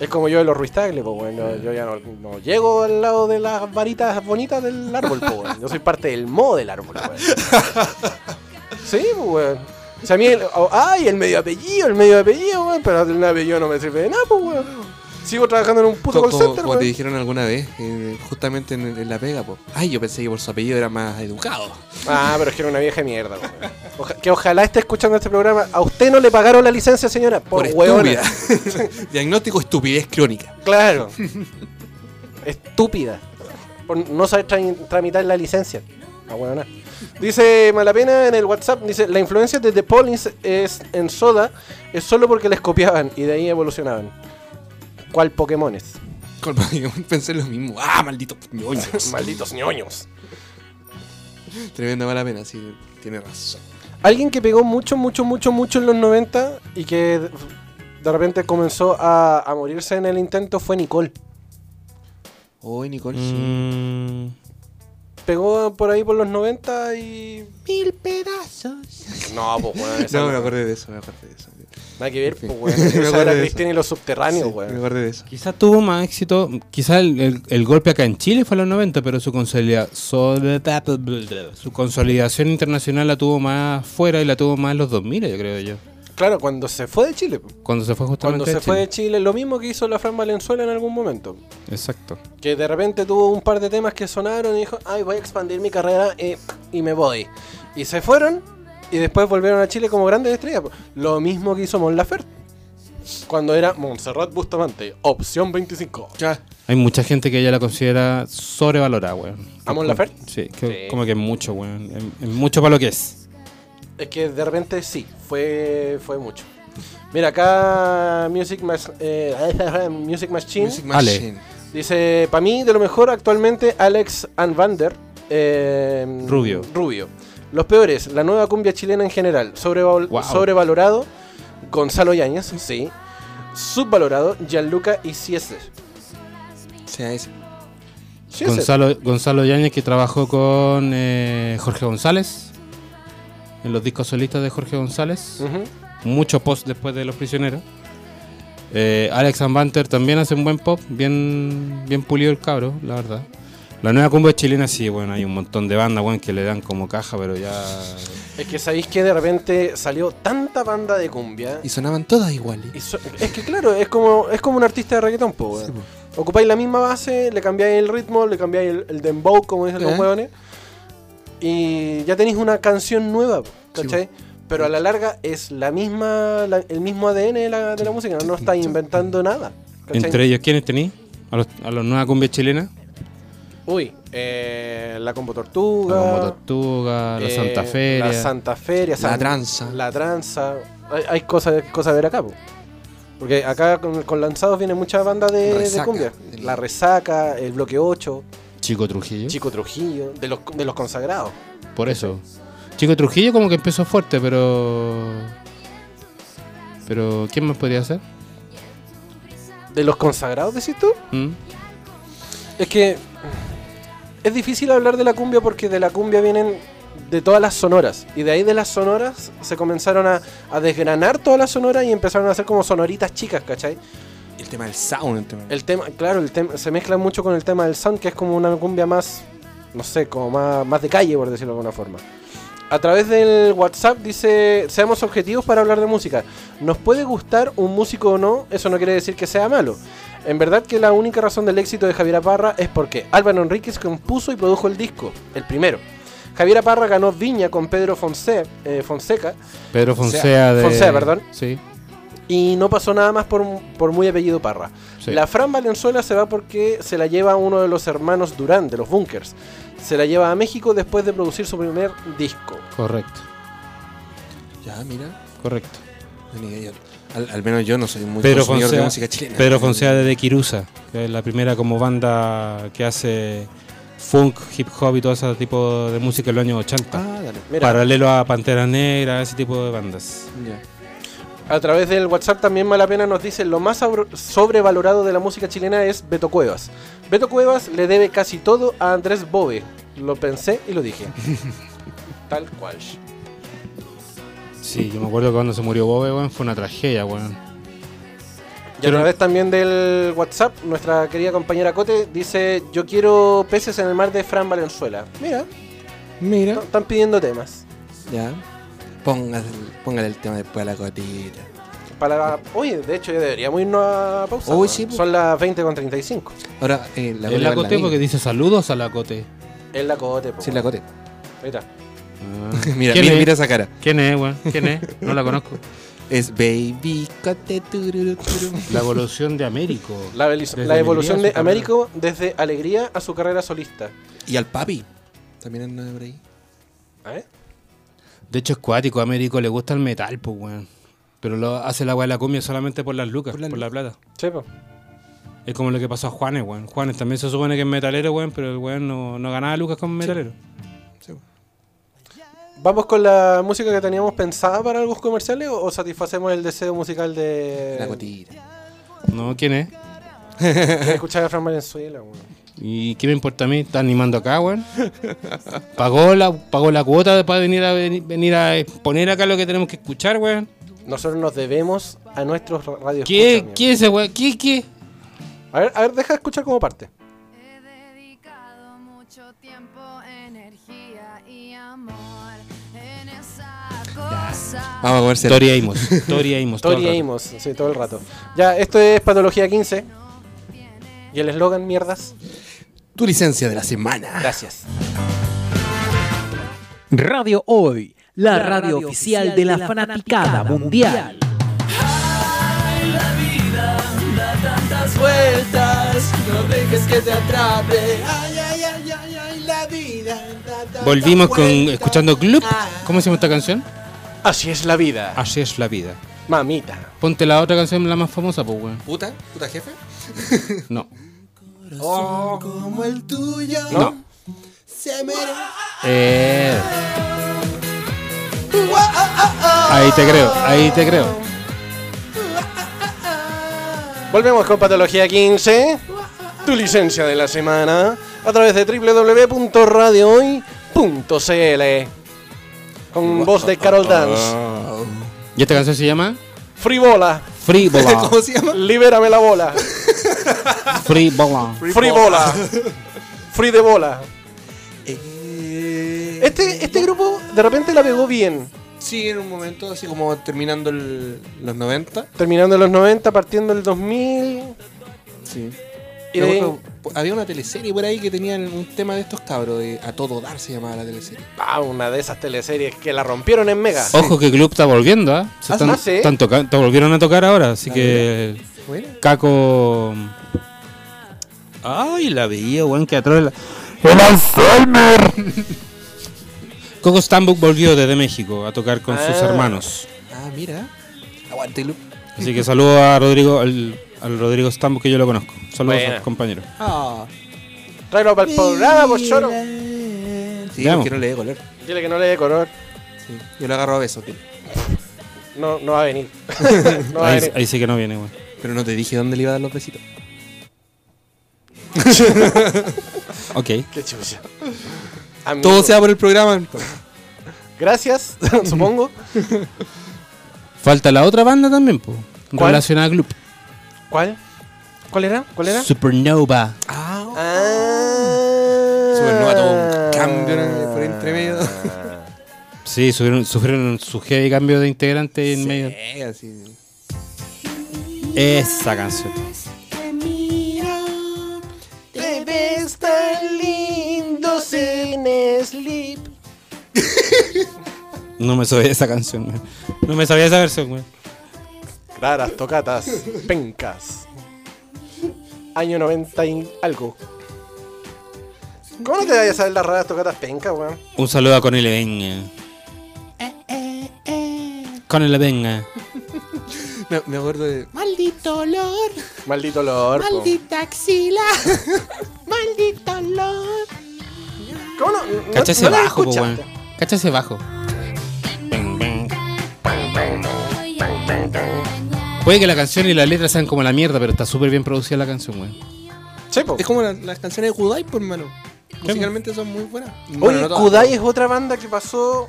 es como yo de los Ruiz Tagle, pues bueno, yo ya no, no llego al lado de las varitas bonitas del árbol, pues weón. Yo soy parte del mo del árbol, weón. Sí, pues weón. O sea, a mí, el- o- ay, el medio apellido, el medio apellido, weón, pero el apellido no me sirve de nada, pues weón. Sigo trabajando en un puto
Co-
call
como,
center,
como te
weón.
dijeron alguna vez, eh, justamente en, en la pega, po. Ay, yo pensé que por su apellido era más educado.
Ah, pero es que era una vieja mierda, weón. Oja- que ojalá esté escuchando este programa. A usted no le pagaron la licencia, señora, por,
Por,
weona.
estúpida. Diagnóstico estupidez crónica.
Claro. Estúpida. Por no saber tra- tramitar la licencia. Ah, bueno, nada. Dice Malapena en el WhatsApp, dice, la influencia de The Police es en Soda es solo porque les copiaban y de ahí evolucionaban. ¿Cuál Pokémones?
Colpa, yo pensé lo mismo. Ah, maldito ñoños.
Malditos ñoños.
Tremenda mala pena, sí, tiene razón.
Alguien que pegó mucho, mucho, mucho, mucho en los 90 y que de- de repente comenzó a, a morirse en el intento fue Nicole.
Hoy, Nicole, sí.
Mm,
Pegó por ahí por los 90 y...
Mil pedazos.
No, pues, weón, esa
No,
no.
me acordé de eso, me acordé de eso.
Nada que ver,
En fin.
pues, weón.
Me
Esa
acuerdo
era
de eso.
Cristina y los subterráneos,
Sí,
weón.
Me acordé de eso.
Quizás tuvo más éxito, quizás el, el- el golpe acá en Chile fue a los 90, pero su, consolida- solda- su consolidación internacional la tuvo más fuera y la tuvo más en los 2000, yo creo yo.
Claro, cuando se fue de Chile. pues.
Cuando se fue
Cuando
justamente
se
de
fue de
Chile.
Chile, lo mismo que hizo la Fran Valenzuela en algún momento.
Exacto.
Que de repente tuvo un par de temas que sonaron y dijo, ay, voy a expandir mi carrera eh, y me voy. Y se pues. fueron y después volvieron a Chile como grandes estrellas. po. Lo mismo que hizo Mon Laferte. cuando era Montserrat Bustamante, opción 25.
Ya.
Hay mucha gente que ya la considera sobrevalorada, weón.
¿Amon Laferte?
Sí, que-
Sí.
como que es mucho, weón. Es- es mucho para lo que es.
Es que de repente sí, fue, fue mucho. Mira, acá Music, Mas- eh, Music Machine
Music
Ale.
Machine.
dice: Para mí, de lo mejor actualmente, Alex and Vander. eh,
Rubio.
Rubio. Los peores, la nueva cumbia chilena en general. sobreval-
Wow.
Sobrevalorado, Gonzalo Yáñez, sí. Subvalorado, Gianluca y Cieser.
Sí, ahí sí.
Cieser.
Gonzalo, Gonzalo Yáñez, que trabajó con eh, Jorge González. En los discos solistas de Jorge González.
Ujú.
mucho post después de Los Prisioneros. Eh, Alex and Banter también hace un buen pop, bien, bien pulido el cabro, la verdad. La nueva cumbia chilena, sí, bueno, hay un montón de bandas, bueno, que le dan como caja, pero ya.
Es que sabéis que de repente salió tanta banda de cumbia.
Y sonaban todas iguales.
Y so- es que claro, es como, es como un artista de reggaetón, po, weón.
Sí, po.
Ocupáis la misma base, le cambiáis el ritmo, le cambiáis el, el dembow, como dicen los
Eh.
hueones. Y ya tenéis una canción nueva, po, ¿cachai? Pero a la larga es la misma, la- el mismo ADN de la, de la música, no, no estáis inventando nada. ¿cachai?
Entre ellos, ¿quiénes tení? A los, a los nueva cumbia chilena.
Uy, eh, la Combo
La
Tortuga.
Combo Tortuga, la
eh,
Santa Feria.
La Santa Feria.
La Tranza.
La tranza. Hay, hay cosas, cosas a ver acá, po. Porque acá con, con lanzados viene mucha banda de,
La
de
Resaca.
cumbia. La resaca, el bloque 8,
Chico Trujillo.
Chico Trujillo, de los, de los consagrados.
Por eso. Chico Trujillo como que empezó fuerte, pero. Pero, ¿quién más podría ser?
¿De los consagrados, decís tú?
¿Mm?
Es que es difícil hablar de la cumbia porque de la cumbia vienen de todas las sonoras. Y de ahí de las sonoras se comenzaron a, a desgranar todas las sonoras y empezaron a hacer como sonoritas chicas, ¿cachai?
El tema del sound, el tema.
El tema, claro, el tema se mezcla mucho con el tema del sound, que es como una cumbia más, no sé, como más, más de calle, por decirlo de alguna forma. A través del WhatsApp dice, seamos objetivos para hablar de música. Nos puede gustar un músico o no, eso no quiere decir que sea malo. En verdad que la única razón del éxito de Javier Aparra es porque Álvaro Enríquez compuso y produjo el disco, el primero. Javier Aparra ganó Viña con Pedro Fonse- eh, Fonseca
Pedro Fonsea de.
Fonsea, perdón.
Sí.
y no pasó nada más por, por muy apellido Parra.
sí.
La Fran Valenzuela se va porque se la lleva uno de los hermanos Durán, de los Bunkers. Se la lleva a México después de producir su primer disco.
Correcto,
Ya, mira.
correcto.
no, ni idea. Al, al menos yo no soy muy
Pedro
consumidor de
Fonsea,
música chilena.
Pedro Fonsea de Quirusa, que es la primera como banda que hace funk, hip hop y todo ese tipo de música en los años 80.
Ah, dale.
Mira,
Paralelo a Pantera Negra, ese tipo de bandas.
Ya.
a través del WhatsApp también Malapena nos dice lo más abro- sobrevalorado de la música chilena es Beto Cuevas. Beto Cuevas le debe casi todo a Andrés Bove. Lo pensé y lo dije. Tal cual.
Sí, yo me acuerdo que cuando se murió Bobe, weón, fue una tragedia, weón.
Y a través también del WhatsApp, nuestra querida compañera Cote dice yo quiero peces en el mar de Fran Valenzuela. Mira,
Mira.
no- están pidiendo temas.
Ya. Póngale, póngale el tema después a la cotita.
Para Oye, de hecho ya deberíamos irnos a pausa.
Uy,
¿no?
sí, po.
Son las 20 con 35.
Ahora, eh, la
El
Cote va en
Lacote,
mina.
porque dice saludos a Lacote.
Es la cote, po.
Sí, la cote.
Ahí está.
mira,
¿Quién
mira,
es?
mira esa cara.
Ah. ¿Quién es, weón? ¿Quién es? No la conozco.
Es Baby Cote. tururu, turu.
La evolución de Américo.
La, evoluc-
Desde
la evolución
Alegría a
de
su carrera.
Américo desde Alegría a su carrera solista.
Y al papi. También anda por ahí.
¿Eh?
De hecho, es cuático. A Américo le gusta el metal, pues, weón. Pero lo hace la weá de la cumbia solamente por las lucas,
Por las
por la plata.
Sí, po.
Es como lo que pasó a Juanes, weón. Juanes también se supone que es metalero, weón, pero el weón no, no ganaba lucas con metalero.
Sí.
¿Vamos con la música que teníamos pensada para algunos comerciales o, o satisfacemos el deseo musical de,
Eh.
La cotita.
No, ¿quién es?
de escuchar a Fran Valenzuela? weón?
¿Y qué me importa a mí? Está animando acá, weón. Pagó la, pagó la cuota de- para venir a, veni- venir a exponer acá lo que tenemos que escuchar, weón.
Nosotros nos debemos a nuestros ra- radio
¿Qué,
escuchas,
¿Qué es ese, weón? ¿Qué, qué?
mierda. A ver, a ver, deja escuchar como parte.
He dedicado mucho tiempo, energía y amor en esa cosa.
Vamos a comerse.
Tori Amos. Tori Amos. todo el
Tori
rato.
Amos, sí, todo el rato. Ya, esto es Patología 15. Y el eslogan, mierdas.
Tu licencia de la semana.
Gracias.
Radio Hoy, la radio oficial de la fanaticada mundial.
I love que te atrape. Ay, ay, ay, ay, ay, la vida. da, da,
Volvimos
da
con
vuelta.
escuchando Gloop. ¿Cómo se llama esta canción?
Así es la vida.
Así es la vida.
Mamita.
Ponte la otra canción, la más famosa, pues, weón.
¿Puta? ¿Puta jefe? Oh.
No.
Como el tuyo.
No.
Se merece.
Oh.
Eh. Ahí te creo, ahí te creo.
Volvemos con Patología 15, tu licencia de la semana, a través de www.radiohoy.cl. Con voz de Carol Dance.
¿Y esta canción se llama?
Frivola,
Frívola.
¿Cómo se llama?
libérame la bola.
Frívola.
Frivola. Free de bola.
Eh,
Este, este grupo de repente la pegó bien.
Sí, en un momento, así como terminando el- los 90.
Terminando en los 90, partiendo el 2000.
Sí. Eh.
Y de ahí-
había una teleserie por ahí que tenían un tema de estos cabros, de A Todo Dar se llamaba la teleserie.
ah, una de esas teleseries que la rompieron en Mega.
Ojo que Gloop está volviendo, ¿ah? Se
Ah,
están,
sí.
están toca- te volvieron a tocar ahora, así que.
Bueno.
Caco. Ay, la veía, weón, que atrás de la. ¡El Alzheimer! Coco Stambuk volvió desde México a tocar con sus
Ah.
hermanos.
Ah, mira. Aguante, Lu.
Así que saludo a Rodrigo, al, al Rodrigo Stambuk que yo lo conozco. Saludos
Buena.
a sus compañeros.
Ah.
Tráelo para el programa, pues choro.
Sí,
Veamos.
porque no le dé color.
Dile que no le dé color.
Sí. Yo lo agarro a besos, tío.
No, no va a venir. no va a
Ahí,
venir.
ahí sí que no viene, weón.
Pero no te dije dónde le iba a dar los besitos.
Ok.
Qué chucha. Amigo,
Todo sea por el programa. entonces.
Gracias, supongo.
Falta la otra banda también, po.
¿Cuál?
Relacionada a Gloop.
¿Cuál? ¿Cuál era? ¿Cuál era?
Supernova.
Ah,
Ah.
Supernova tuvo un cambio en- por entre medio.
Sí, sufrieron, sufrieron su heavy cambio de integrante en medio.
Sí, Eh, así.
Esa canción.
Te ves tan lindo sin sleep.
No me sabía esa canción, weón. No me sabía esa versión, weón.
Raras, tocatas, pencas. Año 90 y algo. ¿Cómo no te vayas a saber las raras tocatas pencas, weón?
Un saludo a Connie Venga. Connie Venga.
Me, me acuerdo de.
Maldito olor,
Maldito olor. po.
maldita axila, maldito olor.
¿Cómo no? no-
Cacha ese
no las
bajo, po,
escuchaste?
weón. Cacha ese bajo. Puede que la canción y la letra sean como la mierda, pero está súper bien producida la canción, weón.
Sí, po.
Es como la- las canciones de Kudai, por mano. Musicalmente son muy buenas.
Oye,
Bueno, no todas,
Kudai
pero-
es otra banda que pasó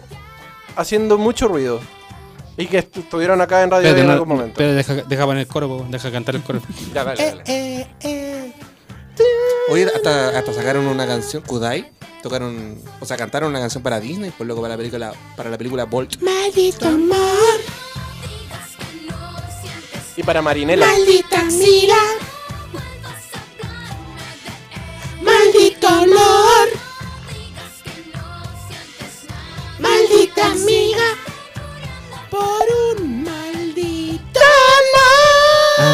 haciendo mucho ruido. Y que estu- estuvieron acá en radio
Espérate,
en
no-
algún momento.
espérate, deja, deja poner el coro, po, deja cantar el coro.
Ya, dale, dale.
Eh, Oye, hasta, hasta sacaron una canción, Kudai. Tocaron, o sea, cantaron una canción para Disney, por loco, para la película, para la película Bolt.
Maldito amor,
Y para Marinela.
maldita axila, maldito olor, maldita amiga, por un maldito olor.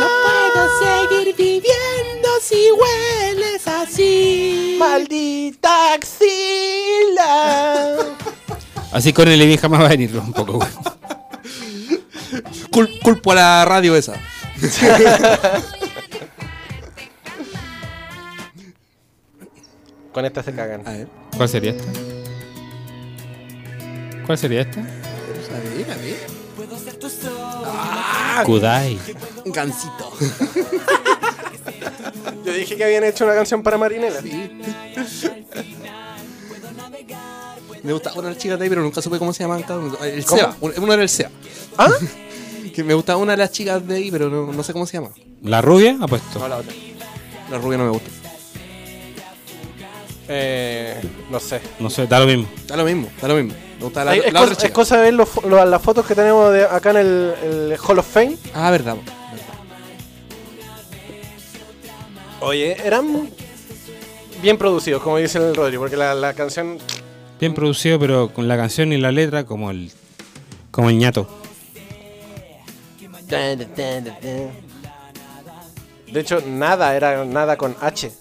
No puedo seguir viviendo si hueles así.
Maldita axila.
Así con el vieja más va a venir un poco, weón.
Cul- culpo a la radio esa.
Con esta se cagan.
A ver,
¿Cuál sería esta? ¿Cuál sería esta?
a ver, a ver.
Ah.
Kudai.
Un gancito.
Yo dije que habían hecho una canción para Marinela.
Me gustaba una de las chicas de ahí, pero nunca supe cómo se llamaban cada uno. El Seba, un- uno era el Seba.
¿Ah?
Que me gustaba una de las chicas de ahí, pero no, no sé cómo se llama.
La rubia ha puesto.
No, la otra.
La rubia no me gusta.
Eh, no sé.
No sé, da lo mismo.
Da lo mismo, da lo mismo. Me gustaba la,
Ay,
la
es, cosa,
otra
es
chica.
cosa de ver los fo- lo- las fotos que tenemos de acá en el, el Hall of Fame.
Ah, verdad.
Oye, eran bien producidos, como dice el Rodri, porque la, la canción.
Bien producido, pero con la canción y la letra como el como el ñato.
De hecho, nada era nada con H.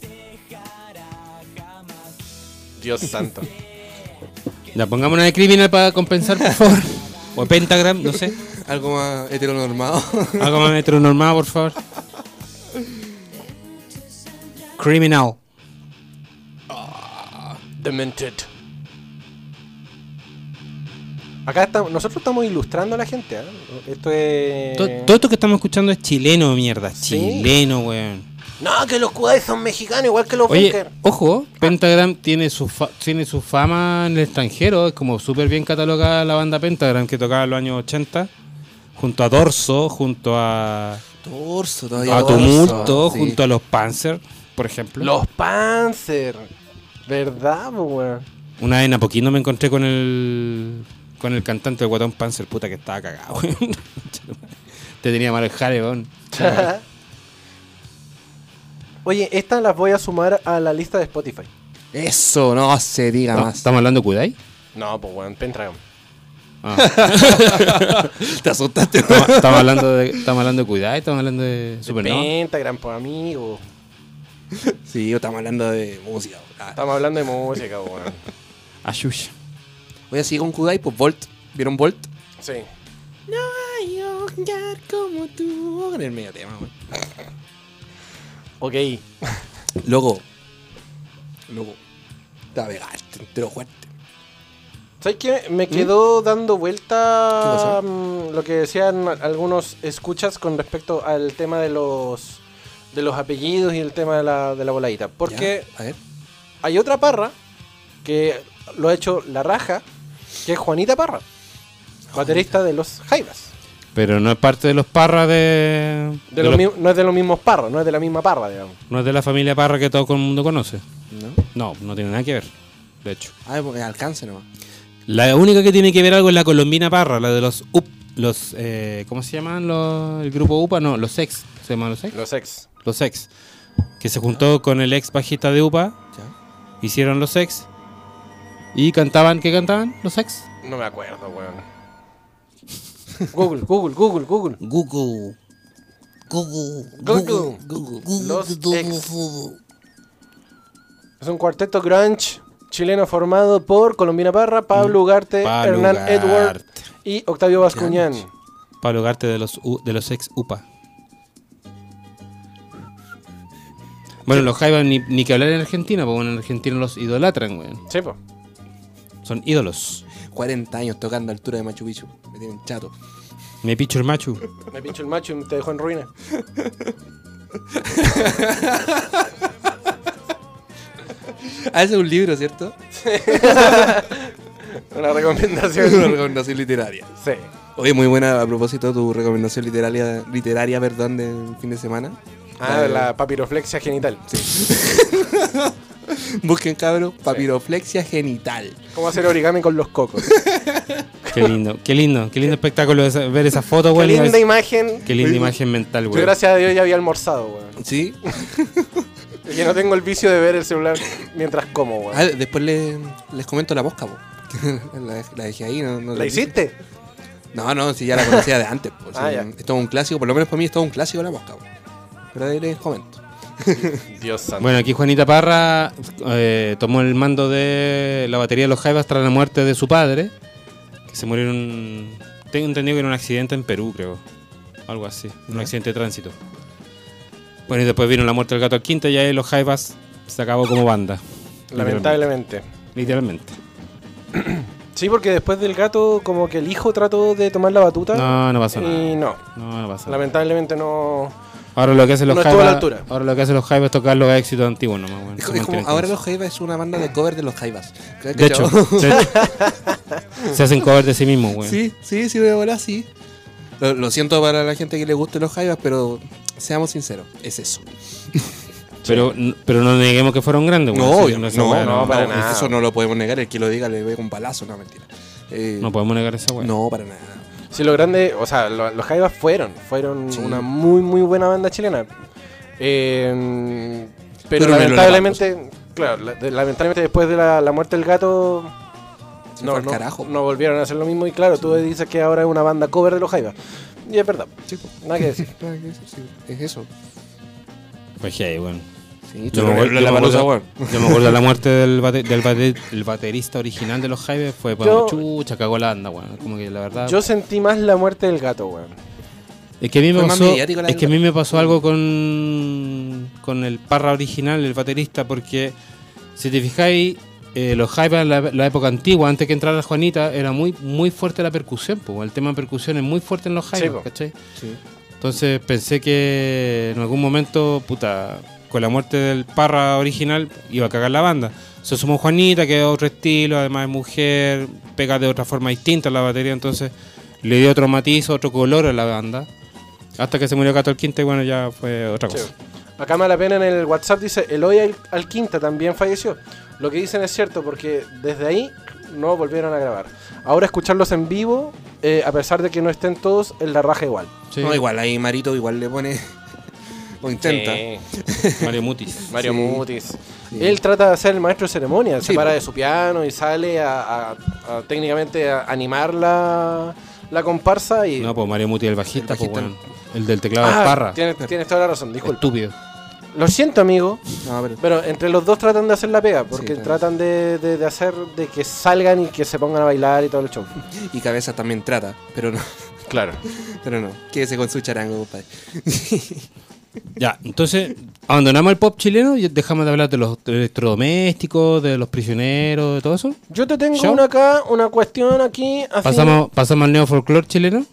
Dios santo.
Ya, pongamos una de criminal para compensar, por favor. O pentagram, no sé.
Algo más heteronormado.
Algo más heteronormado, por favor. Criminal.
Demented. Acá estamos, nosotros estamos ilustrando a la gente. ¿eh? Esto es.
To- Todo esto que estamos escuchando es chileno, mierda.
Eh. Sí.
Chileno, weón.
No, que los Kudais son mexicanos, igual que los
Oye,
Bunker.
ojo, Pentagram tiene su, fa- tiene su fama en el extranjero. Es como súper bien catalogada la banda Pentagram que tocaba en los años 80. Junto a Dorso, junto a,
Torso todavía.
a
torso,
Tumulto,
sí.
junto a los Panzer, por ejemplo.
Los Panzer. ¿Verdad, po, weón?
Una vez en Apoquindo me encontré con el con el cantante del Guatón Panzer, puta que estaba cagado. weón. Te tenía mal el jale, weón.
Oye, estas las voy a sumar a la lista de Spotify.
Eso, no se diga
No,
más.
¿Estamos hablando de Kudai? Ah.
No, pues weón, Pentragon.
Te asustaste.
Estamos estamos hablando de estamos hablando de Kudai, estamos hablando de Supernova.
Pentagram, pues amigo.
Sí, yo estamos hablando de música. Ah.
Estamos hablando de música, po, weón.
Ayush.
Voy a seguir con Kudai, pues Volt. ¿Vieron Volt?
Sí.
No hay hogar como tú. En el medio tema, güey.
Ok.
Loco. Loco. Te la pegaste, entero fuerte.
¿Sabes qué? Me quedó dando vuelta
pasó?
mm, lo que decían algunos escuchas con respecto al tema de los de los apellidos y el tema de la, de la voladita. Porque
Ya, A ver.
hay otra parra que lo ha hecho la raja, que es Juanita Parra, baterista de los Jaivas.
Pero no es parte de los Parra de,
De
de
los
los-
mi- no es de los mismos parros, no es de la misma parra, digamos.
no es de la familia Parra que todo el mundo conoce.
¿No?
No, no tiene nada que ver. De hecho,
Ah, porque alcance nomás.
la única que tiene que ver algo es la Colombina Parra, la de los UP, los eh, ¿cómo se llaman los el grupo UPA? No, los ex, se llaman los ex.
Los ex.
Los ex, que se juntó con el ex bajista de UPA,
Ya.
hicieron los ex y cantaban, ¿qué cantaban? Los ex.
No me acuerdo, weón. Google, Google, Google, Google.
Google. Google.
Google.
Google.
Los ex. Es un cuarteto grunge chileno formado por Colombina Parra, Mm. Pablo Ugarte,
Pablo
Eh, Hernán
Ugarte.
Edward y Octavio Bascuñán.
Pablo Garte de los U- de los ex UPA. Bueno, los Jaivas ni, ni que hablar en Argentina, porque en Argentina los idolatran, weón.
Sí, po.
Son ídolos.
40 años tocando a altura de Machu Picchu. Me tienen chato.
Me picho el machu.
Me pincho el macho y te dejó en ruina.
Ah, ese es un libro, ¿cierto?
Una
Una
recomendación.
recomendación literaria.
sí.
Oye, muy buena a propósito tu recomendación literaria, literaria perdón, del fin de semana.
Ah, de la papiroflexia genital.
Busquen, cabros, papiroflexia genital.
¿Cómo hacer origami con los cocos?
Qué lindo, qué lindo, qué lindo espectáculo esa- ver esa foto,
Qué
weón. y
linda
ver-
imagen.
Qué linda imagen mental,
Yo
weón.
gracias a Dios ya había almorzado, weón.
¿Sí?
Y que no tengo el vicio de ver el celular mientras como, weón.
Ah, después le- les comento la mosca, po. la, dej- la dejé ahí. No, no
¿La hiciste?
No, no, si ya la conocía de antes. po.
Ah,
Sí,
ya.
Es todo un clásico, por lo menos para mí es todo un clásico la mosca. po. Pero ahí les comento.
Dios santo.
Bueno, aquí Juanita Parra eh, tomó el mando de la batería de los Jaivas tras la muerte de su padre, que se murió en un... Tengo entendido que era un accidente en Perú, creo. Algo así, un accidente de tránsito. Bueno, y después vino la muerte del gato al quinto y ahí los Jaivas se acabó como banda.
Lamentablemente.
Literalmente.
Sí, porque después del gato, como que el hijo trató de tomar la batuta.
No, no pasó
y
nada.
no.
No, no pasó nada.
Lamentablemente no.
Ahora lo que hacen los
no estuvo a la
Jaivas...
altura.
Ahora lo que hacen los Jaivas es tocar los éxitos antiguos nomás, bueno,
Es
se
co- es como-
mantienen con
ahora
eso.
los Jaivas es una banda de cover de los Jaivas. ¿Cachai?
De hecho, se, se hacen cover de sí mismos, güey.
Sí, sí, sí, de bola, sí. Lo, lo siento para la gente que le guste los Jaivas, pero seamos sinceros, es eso.
Pero, n- pero no neguemos que fueron grandes, weón. Sí,
obviamente,
esa weá
no, para nada.
Eso no lo podemos negar, el que lo diga le pega un palazo, no, mentira. Eh,
No podemos negar esa weá.
no, para nada.
Sí, lo grande, o sea, lo- los Jaivas fueron, fueron
Sí.
una muy, muy buena banda chilena. Eh,
Pero
pero,
no lo
lamentablemente, claro, la- de- lamentablemente después de la, la muerte del gato,
Se
no,
fue al
no,
carajo.
no volvieron a hacer lo mismo. Y claro, tú dices que ahora es una banda cover de los Jaivas. Y es verdad.
Sí, po.
Nada que decir.
Nada que decir, sí. Es eso.
Pues hey, bueno.
Sí,
Yo me, acuerdo, yo me acuerdo- yo me acuerdo la muerte del, bate- del bate- el baterista original de los Jaibes fue para
Yo-
chucha, cagó la anda, weón. Como que la
Ah.
verdad.
Yo sentí más la muerte del gato, weón.
es que a mí me
Fue más
pasó.
mediático la
Es
del
que a mí me pasó algo con. con el parra original, el baterista, porque si te fijáis, eh, los Jaibes en la, la época antigua, antes que entrara Juanita, era muy, muy fuerte la percusión, po. El tema de percusión es muy fuerte en los Jaibes,
po.
¿cachai?
Sí.
Entonces pensé que en algún momento, puta, con la muerte del parra original iba a cagar la banda. Se sumó Juanita, que es otro estilo, además es mujer, pega de otra forma distinta la batería, entonces le dio otro matiz, otro color a la banda. Hasta que se murió Cato el Quinta y bueno, ya fue otra
Sí.
cosa.
Acá me da la pena en el WhatsApp dice Eloy Al- Alquinta también falleció. Lo que dicen es cierto porque desde ahí no volvieron a grabar. Ahora escucharlos en vivo, eh, a pesar de que no estén todos, en la raja igual.
Sí.
No, igual ahí Marito igual le pone. o intenta.
Mario Mutis.
Mario
Sí.
Mutis.
Sí.
Él trata de ser el maestro de ceremonia, se
Sí,
para
po.
de su piano y sale a, a- a técnicamente a animar la, la comparsa y...
No, pues Mario Mutis el bajista,
El
el,
bajista.
el del teclado
Ah,
de Parra.
Tienes, tienes toda la razón, disculpa.
Estúpido.
Lo siento, amigo.
No, pero.
Pero entre los dos tratan de hacer la pega, porque
Sí, claro.
tratan de, de- de hacer de que salgan y que se pongan a bailar y todo el show.
Y cabeza también trata, pero no.
Claro.
Pero no. Quédese con su charango, compadre.
Ya, entonces abandonamos el pop chileno y dejamos de hablar de los electrodomésticos, de los prisioneros, de todo eso.
Yo te tengo
¿Show?
una acá, una cuestión aquí. así-
Pasamos, pasamos al neo folclore chileno.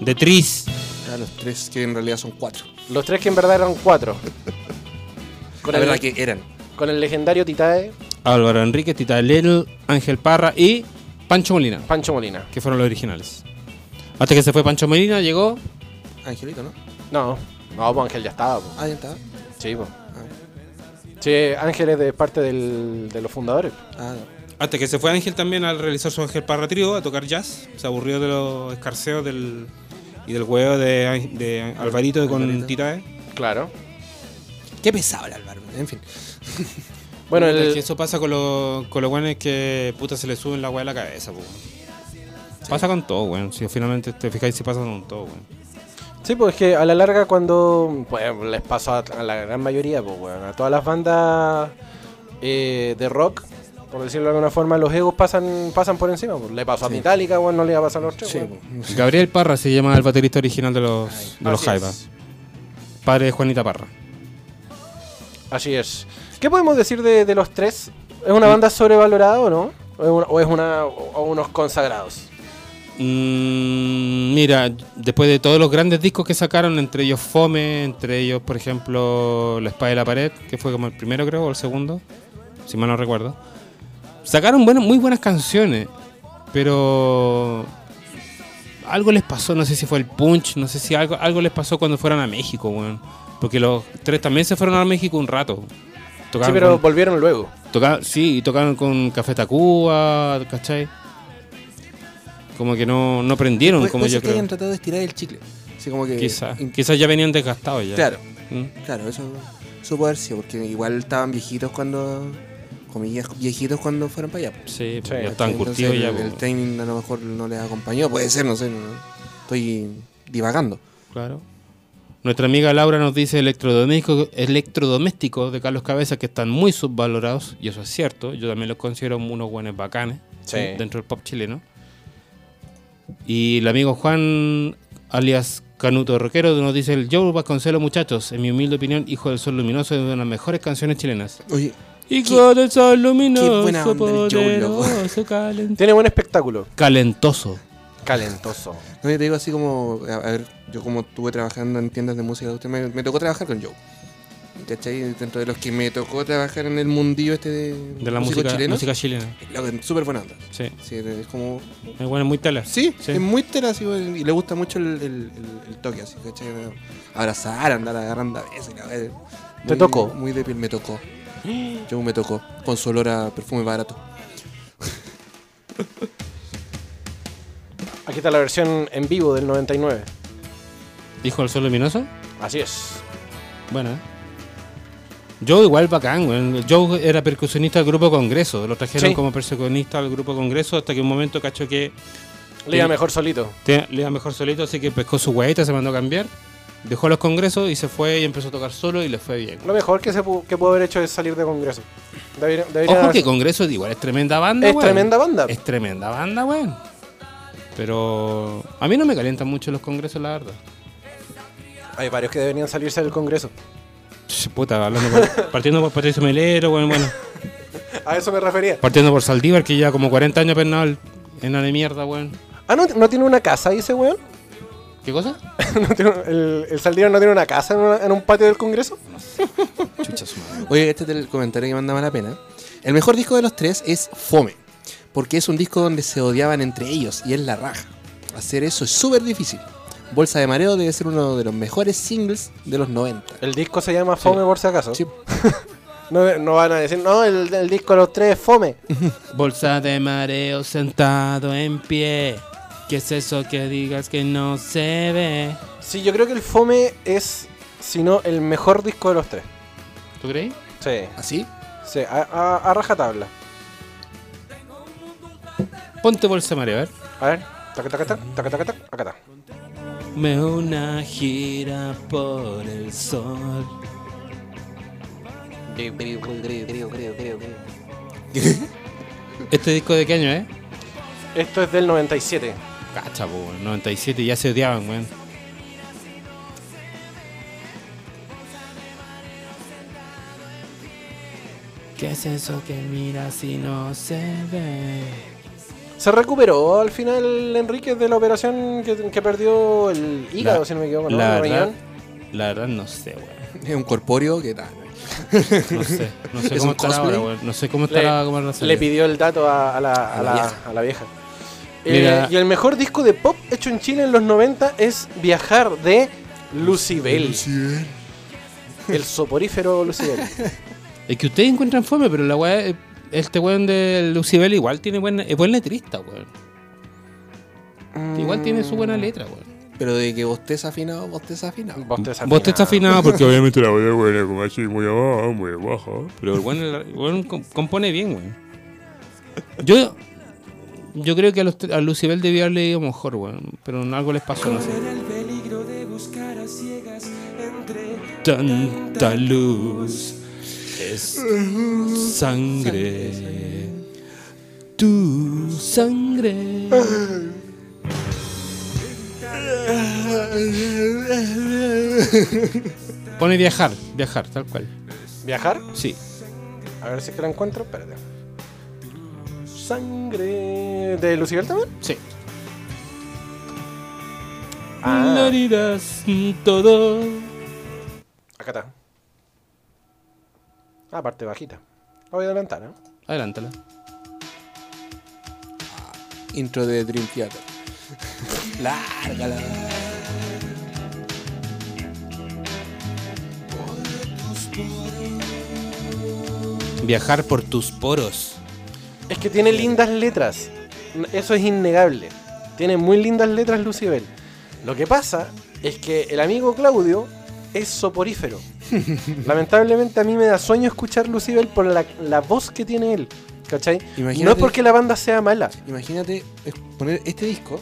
De Tris.
A los tres, que en realidad son cuatro.
Los tres que en verdad eran cuatro. Con,
la
el,
verdad que eran.
con el legendario Titae,
Álvaro Enrique, Tita Little, Ángel Parra y Pancho Molina,
Pancho Molina.
que fueron los originales. Hasta que se fue Pancho Molina, llegó.
Angelito, ¿no?
No, no, pues Ángel ya estaba. po.
Ah, ya estaba.
Sí, po. Sí, Ángel es de parte del- de los fundadores.
Ah,
Hasta que se fue Ángel también al realizar su Ángel Parra trío a tocar jazz. Se aburrió de los escarceos del, y del huevo de, Ángel- de Alvarito
Alvarito.
con ¿eh? Titae.
Claro.
Qué pesado el Álvaro. En fin.
Bueno,
Puta,
el-
es que eso pasa con los con los weones que puta se le suben la weá a la cabeza, po. Pasa con todo, weón. Si finalmente te fijáis, se pasa con todo, weón.
Sí, pues es que a la larga cuando pues, les pasó a, a la gran mayoría, pues, weón, a todas las bandas eh, de rock, por decirlo de alguna forma, los egos pasan pasan por encima. pues. Le pasó a Metallica, weón, no le iba a pasar a los tres.
Sí,
weón.
pues.
Gabriel Parra se llama el baterista original de los, de los
Así es.
Jaiba. Padre de Juanita Parra.
Así es. ¿Qué podemos decir de, de los tres? ¿Es una banda sobrevalorada o no? ¿O es una, o es una- o unos consagrados?
Mm, mira, después de todos los grandes discos que sacaron, entre ellos Fome, entre ellos, por ejemplo, La Espada de la Pared, que fue como el primero, creo, o el segundo, si mal no recuerdo. Sacaron buenas, muy buenas canciones, pero algo les pasó, no sé si fue el punch, no sé si algo, algo les pasó cuando fueron a México, weón. Porque los tres también se fueron a México un rato.
Sí,
Tocaron
pero
con-
volvieron luego.
Toca- sí, y tocaron con Café Tacuba, ¿cachai? Como que no, no prendieron,
Puede-
como
puede
yo
ser que
creo.
hayan pues, tratado de estirar el chicle. Así como que.
Quizás
in-
quizás ya venían desgastados ya.
Claro,
¿Mm?
claro, eso, eso puede haber sido, porque igual estaban viejitos cuando. Comillas, viejitos cuando fueron para allá.
Sí,
Sí,
ya estaban
Entonces,
curtidos
el-
ya. pues.
El
po.
timing a lo mejor no les acompañó, puede ser, no sé. no- no. estoy divagando.
Claro. Nuestra amiga Laura nos dice electrodomésticos electrodoméstico de Carlos Cabeza que están muy subvalorados, y eso es cierto. Yo también los considero unos buenos bacanes
Sí.
dentro del pop chileno. Y el amigo Juan, alias Canuto Roquero, nos dice el Joe Vasconcelo, muchachos, en mi humilde opinión, Hijo del Sol Luminoso es una de las mejores canciones chilenas.
Oye,
Hijo del Sol
qué buena
Luminoso,
onda el Joe, loco.
poderoso, calen-
Tiene buen espectáculo.
calentoso.
Calentoso.
no, yo te digo así como. A, a ver, yo como estuve trabajando en tiendas de música, usted me, me tocó trabajar con Joe. ¿Cachai? Dentro de los que me tocó trabajar en el mundillo este de,
De la
músicos
música,
chilenos,
música chilena.
loco, Súper buena onda.
Sí,
Sí, es como
es bueno, muy tela.
Sí, es muy tela así, güey, y le gusta mucho el, el- el- el toque así, ¿cachai? Abrazar, andar agarrando a veces. la verdad.
¿Te
Muy-
tocó?
Muy débil, me tocó. Yo me tocó, con su olor a perfume barato.
Aquí está la versión en vivo del 99.
Hijo del Sol Luminoso.
Así es.
Bueno. eh. Joe igual bacán, weón. Joe era percusionista del grupo Congreso. Lo trajeron
Sí.
como percusionista al grupo Congreso hasta que un momento cacho que
Le iba mejor solito.
Te- le iba mejor solito, así que pescó su guayita, se mandó a cambiar. Dejó los congresos y se fue y empezó a tocar solo y le fue bien.
Lo mejor que, se pu- que pudo haber hecho es salir de Congreso. Debería- debería
Ojo que
haber-
Congreso igual es tremenda banda,
Es
weón.
tremenda banda.
Es tremenda banda, weón. Pero a mí no me calientan mucho los congresos, la verdad.
Hay varios que deberían salirse del Congreso.
Ch, Puta, hablando por- partiendo por Patricio Melero, weón, bueno.
A eso me refería.
Partiendo por Saldívar, que lleva como 40 años penal en la de mierda, weón.
Ah, ¿no, no tiene una casa ahí ese weón?
¿Qué cosa?
¿No tiene- el, el Saldívar no tiene una casa en, una- en un patio del Congreso?
Chucha su madre.
Oye, este es el comentario que manda mala pena. El mejor disco de los tres es Fome, porque es un disco donde se odiaban entre ellos y es la raja. Hacer eso es súper difícil. Bolsa de Mareo debe ser uno de los mejores singles de los 90.
El disco se llama Fome por si acaso.
Sí.
No, no van a decir, no, el, el disco de los tres es Fome.
Bolsa de mareo sentado en pie. ¿Qué es eso que digas que no se ve?
Sí, yo creo que el Fome es, si no, el mejor disco de los tres.
¿Tú creí?
Sí,
¿Así?
sí, a, a- a rajatabla.
Ponte bolsa de mareo, a ver.
A ver, taca, taca, taca, taca, taca, taca, acá está.
Me una gira por el sol. ¿Este disco de qué año es?
Esto es del 97.
Cacha, po, 97, ya se odiaban, weón. ¿Qué es eso que mira si no se ve?
Se recuperó al final Enríquez de la operación que, que perdió el hígado, si no me equivoco, ¿no?
La
El
verdad,
riñón.
la verdad no sé, weón.
Es un corpóreo que tal.
No sé, no sé
¿Es
cómo
un
estará
cosplay?
ahora, weón. No sé cómo estará como la
Le,
serie.
le pidió el dato a, a la, a la- a la vieja. Eh,
Mira.
y el mejor disco de pop hecho en Chile en los 90 es Viajar de Lucibel. El soporífero Lucibel.
Es que ustedes encuentran fome, pero la weá, eh, este weón de Lucibel igual tiene buena, es buen letrista, weón. Igual tiene su buena letra, weón.
Mm. Pero de que vos estés afinado, vos estés afinado.
Vos te desafinás.
Vos te estás afinado porque obviamente la weá es buena, como así, muy abajo, muy abajo. Pero el weón, el weón com- compone bien, weón. Yo, yo creo que a, los, tre- a Lucibel debió haberle ido mejor, weón. Pero en algo les pasó, no sé.
el peligro de buscar a ciegas entre
Tanta luz es sangre. Tu sangre. Ah. Pone viajar, viajar, tal cual.
¿Viajar?
Sí.
A ver si es que la encuentro. Espérate. Sangre. ¿De Lucibel también?
Sí.
Ah,
Florirás todo.
acá está. Ah, parte bajita. La voy a adelantar, ¿eh?
Adelántala.
Intro de Dream Theater. Lárgala.
Viajar por tus poros.
Es que tiene lindas letras. N- Eso es innegable. Tiene muy lindas letras Lucibel. Lo que pasa es que el amigo Claudio es soporífero. Lamentablemente a mí me da sueño escuchar Lucibel por la, la voz que tiene él. ¿Cachai? No es
Imagínate-
porque la banda sea mala.
Imagínate es- poner este disco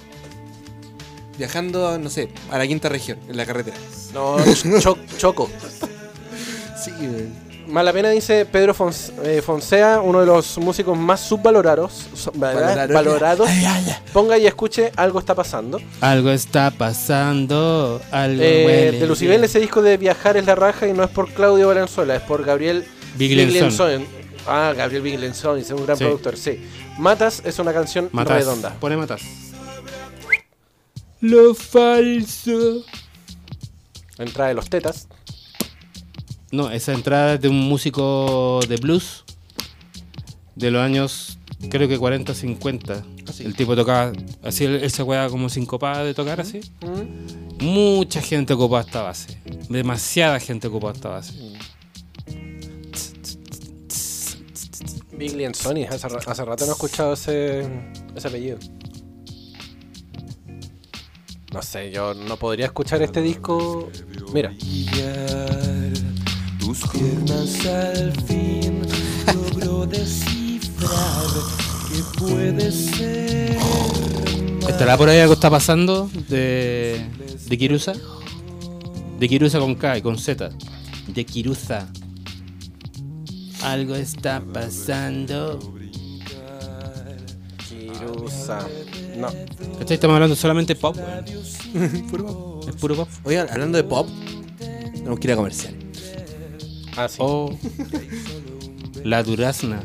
viajando, no sé, a la quinta región, en la carretera.
No, cho- choco.
Sí, weón.
Mala pena dice Pedro Fons- eh, Fonsea, uno de los músicos más subvalorados. su- ¿verdad?
Valorados.
Valorados. Ponga y escuche Algo está pasando.
Algo está pasando. Algo
Eh,
huele
de Lucibel,
bien.
ese disco de Viajar es la raja y no es por Claudio Valenzuela, es por Gabriel
Biglenson.
Biglenson. Ah, Gabriel Biglenson, es un gran
Sí.
productor, sí. Matas es una canción
Matas.
redonda.
Pone matas. Lo falso.
Entrada de los tetas.
No, esa entrada es de un músico de blues de los años, creo que 40, 50. El tipo tocaba así, el- esa weá como sincopada de tocar así.
Mm.
Mucha gente ocupaba esta base. Demasiada gente ocupaba esta base.
Biglenson, y hace, ra- hace rato no he escuchado ese, ese apellido. No sé, yo no podría escuchar este disco. Mira,
brillar. Tus piernas al fin logró descifrar que puede ser.
Este ¿Estará por ahí algo está pasando de, de Kirusa? De Kirusa con K y con Z. De Kirusa. Algo está pasando.
Kirusa. No.
¿Cachai? Estamos hablando solamente pop. weón. Es puro pop.
Oigan, hablando de pop, tenemos que ir a comercial.
Ah, sí.
Oh. La durazna.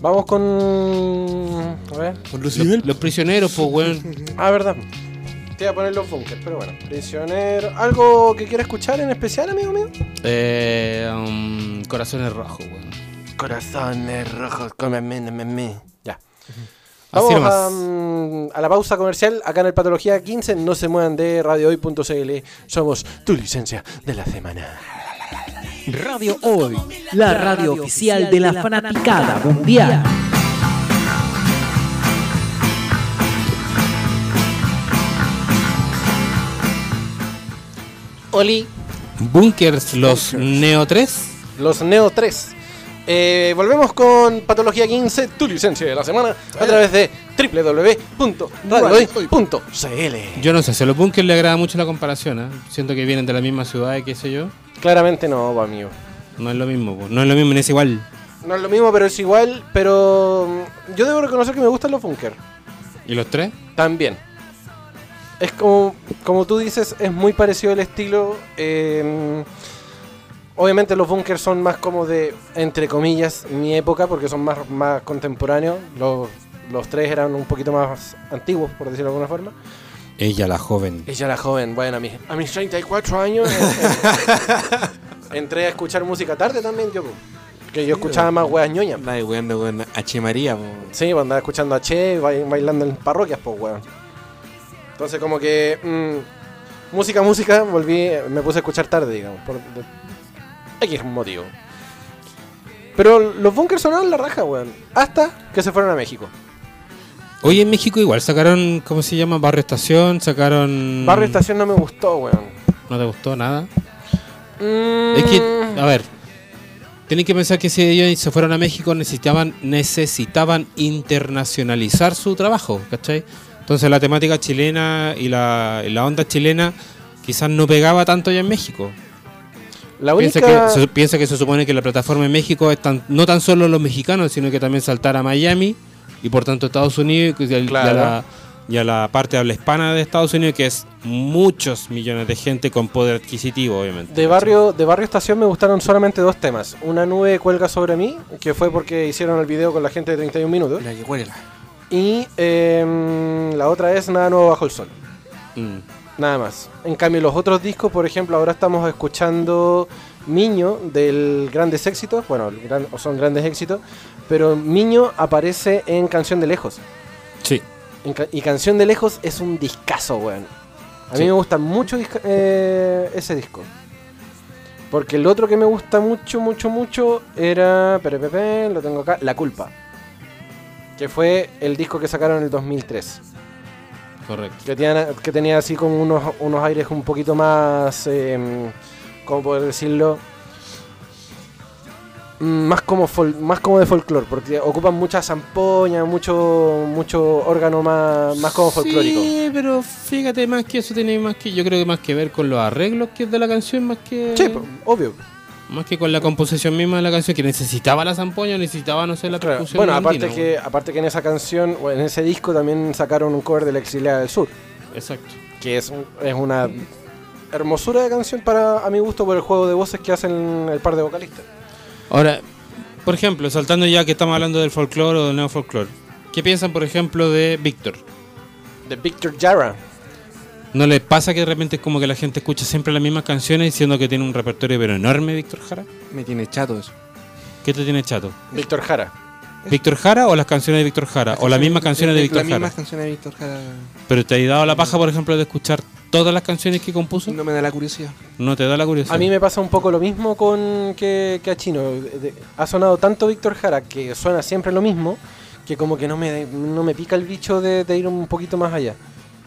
Vamos con. A ver.
Con
Los, los prisioneros, pues, weón.
Ah, verdad. Te voy a poner los bunkers, pero bueno. Prisionero. ¿Algo que quiera escuchar en especial, amigo mío?
Eh, um, corazones rojos, weón.
Corazones rojos, cómeme, meme, meme. Ya. Vamos
Así nomás.
a, mm, a la pausa comercial acá en el Patología 15. No se muevan de radiohoy.cl. Somos tu licencia de la semana.
Radio Hoy, la radio oficial de la fanaticada mundial.
Oli.
Bunkers, los Neo 3.
Los Neo 3. Eh, volvemos con Patología 15, tu licencia de la semana, a través de www.radiohoy.cl.
Yo no sé, si a los bunkers le agrada mucho la comparación, ¿eh? Siento que vienen de la misma ciudad y qué sé yo.
Claramente no, po, amigo.
No es lo mismo, po. no es lo mismo, no es igual.
No es lo mismo, pero es igual. Pero mm, yo debo reconocer que me gustan los bunkers.
¿Y los tres?
También. Es como, como tú dices, es muy parecido el estilo. eh, obviamente los bunkers son más como de, entre comillas, mi época, porque son más, más contemporáneos. Los, los tres eran un poquito más antiguos, por decirlo de alguna forma.
Ella, la joven.
Ella era joven, bueno, a mis, a mis 34 años. eh, entré a escuchar música tarde también, yo. po. Que yo escuchaba más weas ñoñas. po.
Ay, weón, weón, H. María, po.
Sí, pues andaba escuchando a Che, bai- bailando en parroquias, pues, weón. Entonces, como que. mm, música, música, volví. Me puse a escuchar tarde, digamos. Por de- X motivo. Pero los bunkers sonaron la raja, weón. Hasta que se fueron a México.
Hoy en México igual sacaron, ¿cómo se llama? Barrio Estación, sacaron...
Barrio Estación no me gustó, weón.
¿No te gustó nada?
Mm,
Es que, ah, a ver, tienen que pensar que si ellos se fueron a México necesitaban, necesitaban internacionalizar su trabajo, ¿cachai? Entonces la temática chilena y la, y la onda chilena quizás no pegaba tanto ya en México.
La
Piensa
única.
que, se, piensa que se supone que la plataforma en México es tan- no tan solo los mexicanos, sino que también saltar a Miami y por tanto Estados Unidos y, al- y a,
Claro.
la, y a la parte habla hispana de Estados Unidos, que es muchos millones de gente con poder adquisitivo, obviamente.
De barrio, de barrio Estación me gustaron solamente dos temas. Una nube cuelga sobre mí, que fue porque hicieron el video con la gente de 31 minutos.
La que huele.
Y em, la otra es Nada Nuevo Bajo el Sol.
Mm.
Nada más. En cambio, los otros discos, por ejemplo, ahora estamos escuchando Miño del Grandes Éxitos. Bueno, el gran- o son grandes éxitos. Pero Miño aparece en Canción de Lejos.
Sí.
En ca- y Canción de Lejos es un discazo, weón. A
Sí.
mí me gusta mucho disca- eh, ese disco. Porque el otro que me gusta mucho, mucho, mucho era. Pero, lo tengo acá. La culpa. Que fue el disco que sacaron en el 2003
Correcto.
que tenía, que tenía así como unos, unos aires un poquito más, eh, ¿cómo poder decirlo? Mm, Más como, fol- más como de folclore, porque ocupan mucha zampoña, mucho, mucho órgano más, más como folclórico.
Sí, pero fíjate más que eso tiene más que yo creo que más que ver con los arreglos que es de la canción más que
Sí, po, obvio.
más que con la composición misma de la canción que necesitaba la zampoña, necesitaba no sé la
Claro.
percusión.
Bueno,
andina,
aparte que, aparte que en esa canción, o en ese disco también sacaron un cover de La Exiliada del Sur,
bueno. exacto.
que es, un- es una hermosura de canción para a mi gusto por el juego de voces que hacen el par de vocalistas.
Ahora, por ejemplo, saltando ya que estamos hablando del folclore o del neo folclore, ¿qué piensan, por ejemplo, de Víctor?
De Victor Jara.
¿No les pasa que de repente es como que la gente escucha siempre las mismas canciones diciendo que tiene un repertorio pero enorme Víctor Jara?
Me tiene chato eso.
¿Qué te tiene chato?
Víctor Jara.
¿Víctor Jara o las canciones de Víctor Jara? ¿O las mismas canciones de Víctor
Las
Jara?
mismas canciones de Víctor Jara.
¿Pero te has dado la paja, por ejemplo, de escuchar todas las canciones que compuso?
No me da la curiosidad.
¿No te da la curiosidad?
A mí me pasa un poco lo mismo con que, que a Chino. De- Ha sonado tanto Víctor Jara que suena siempre lo mismo, que como que no me, no me pica el bicho de, de ir un poquito más allá.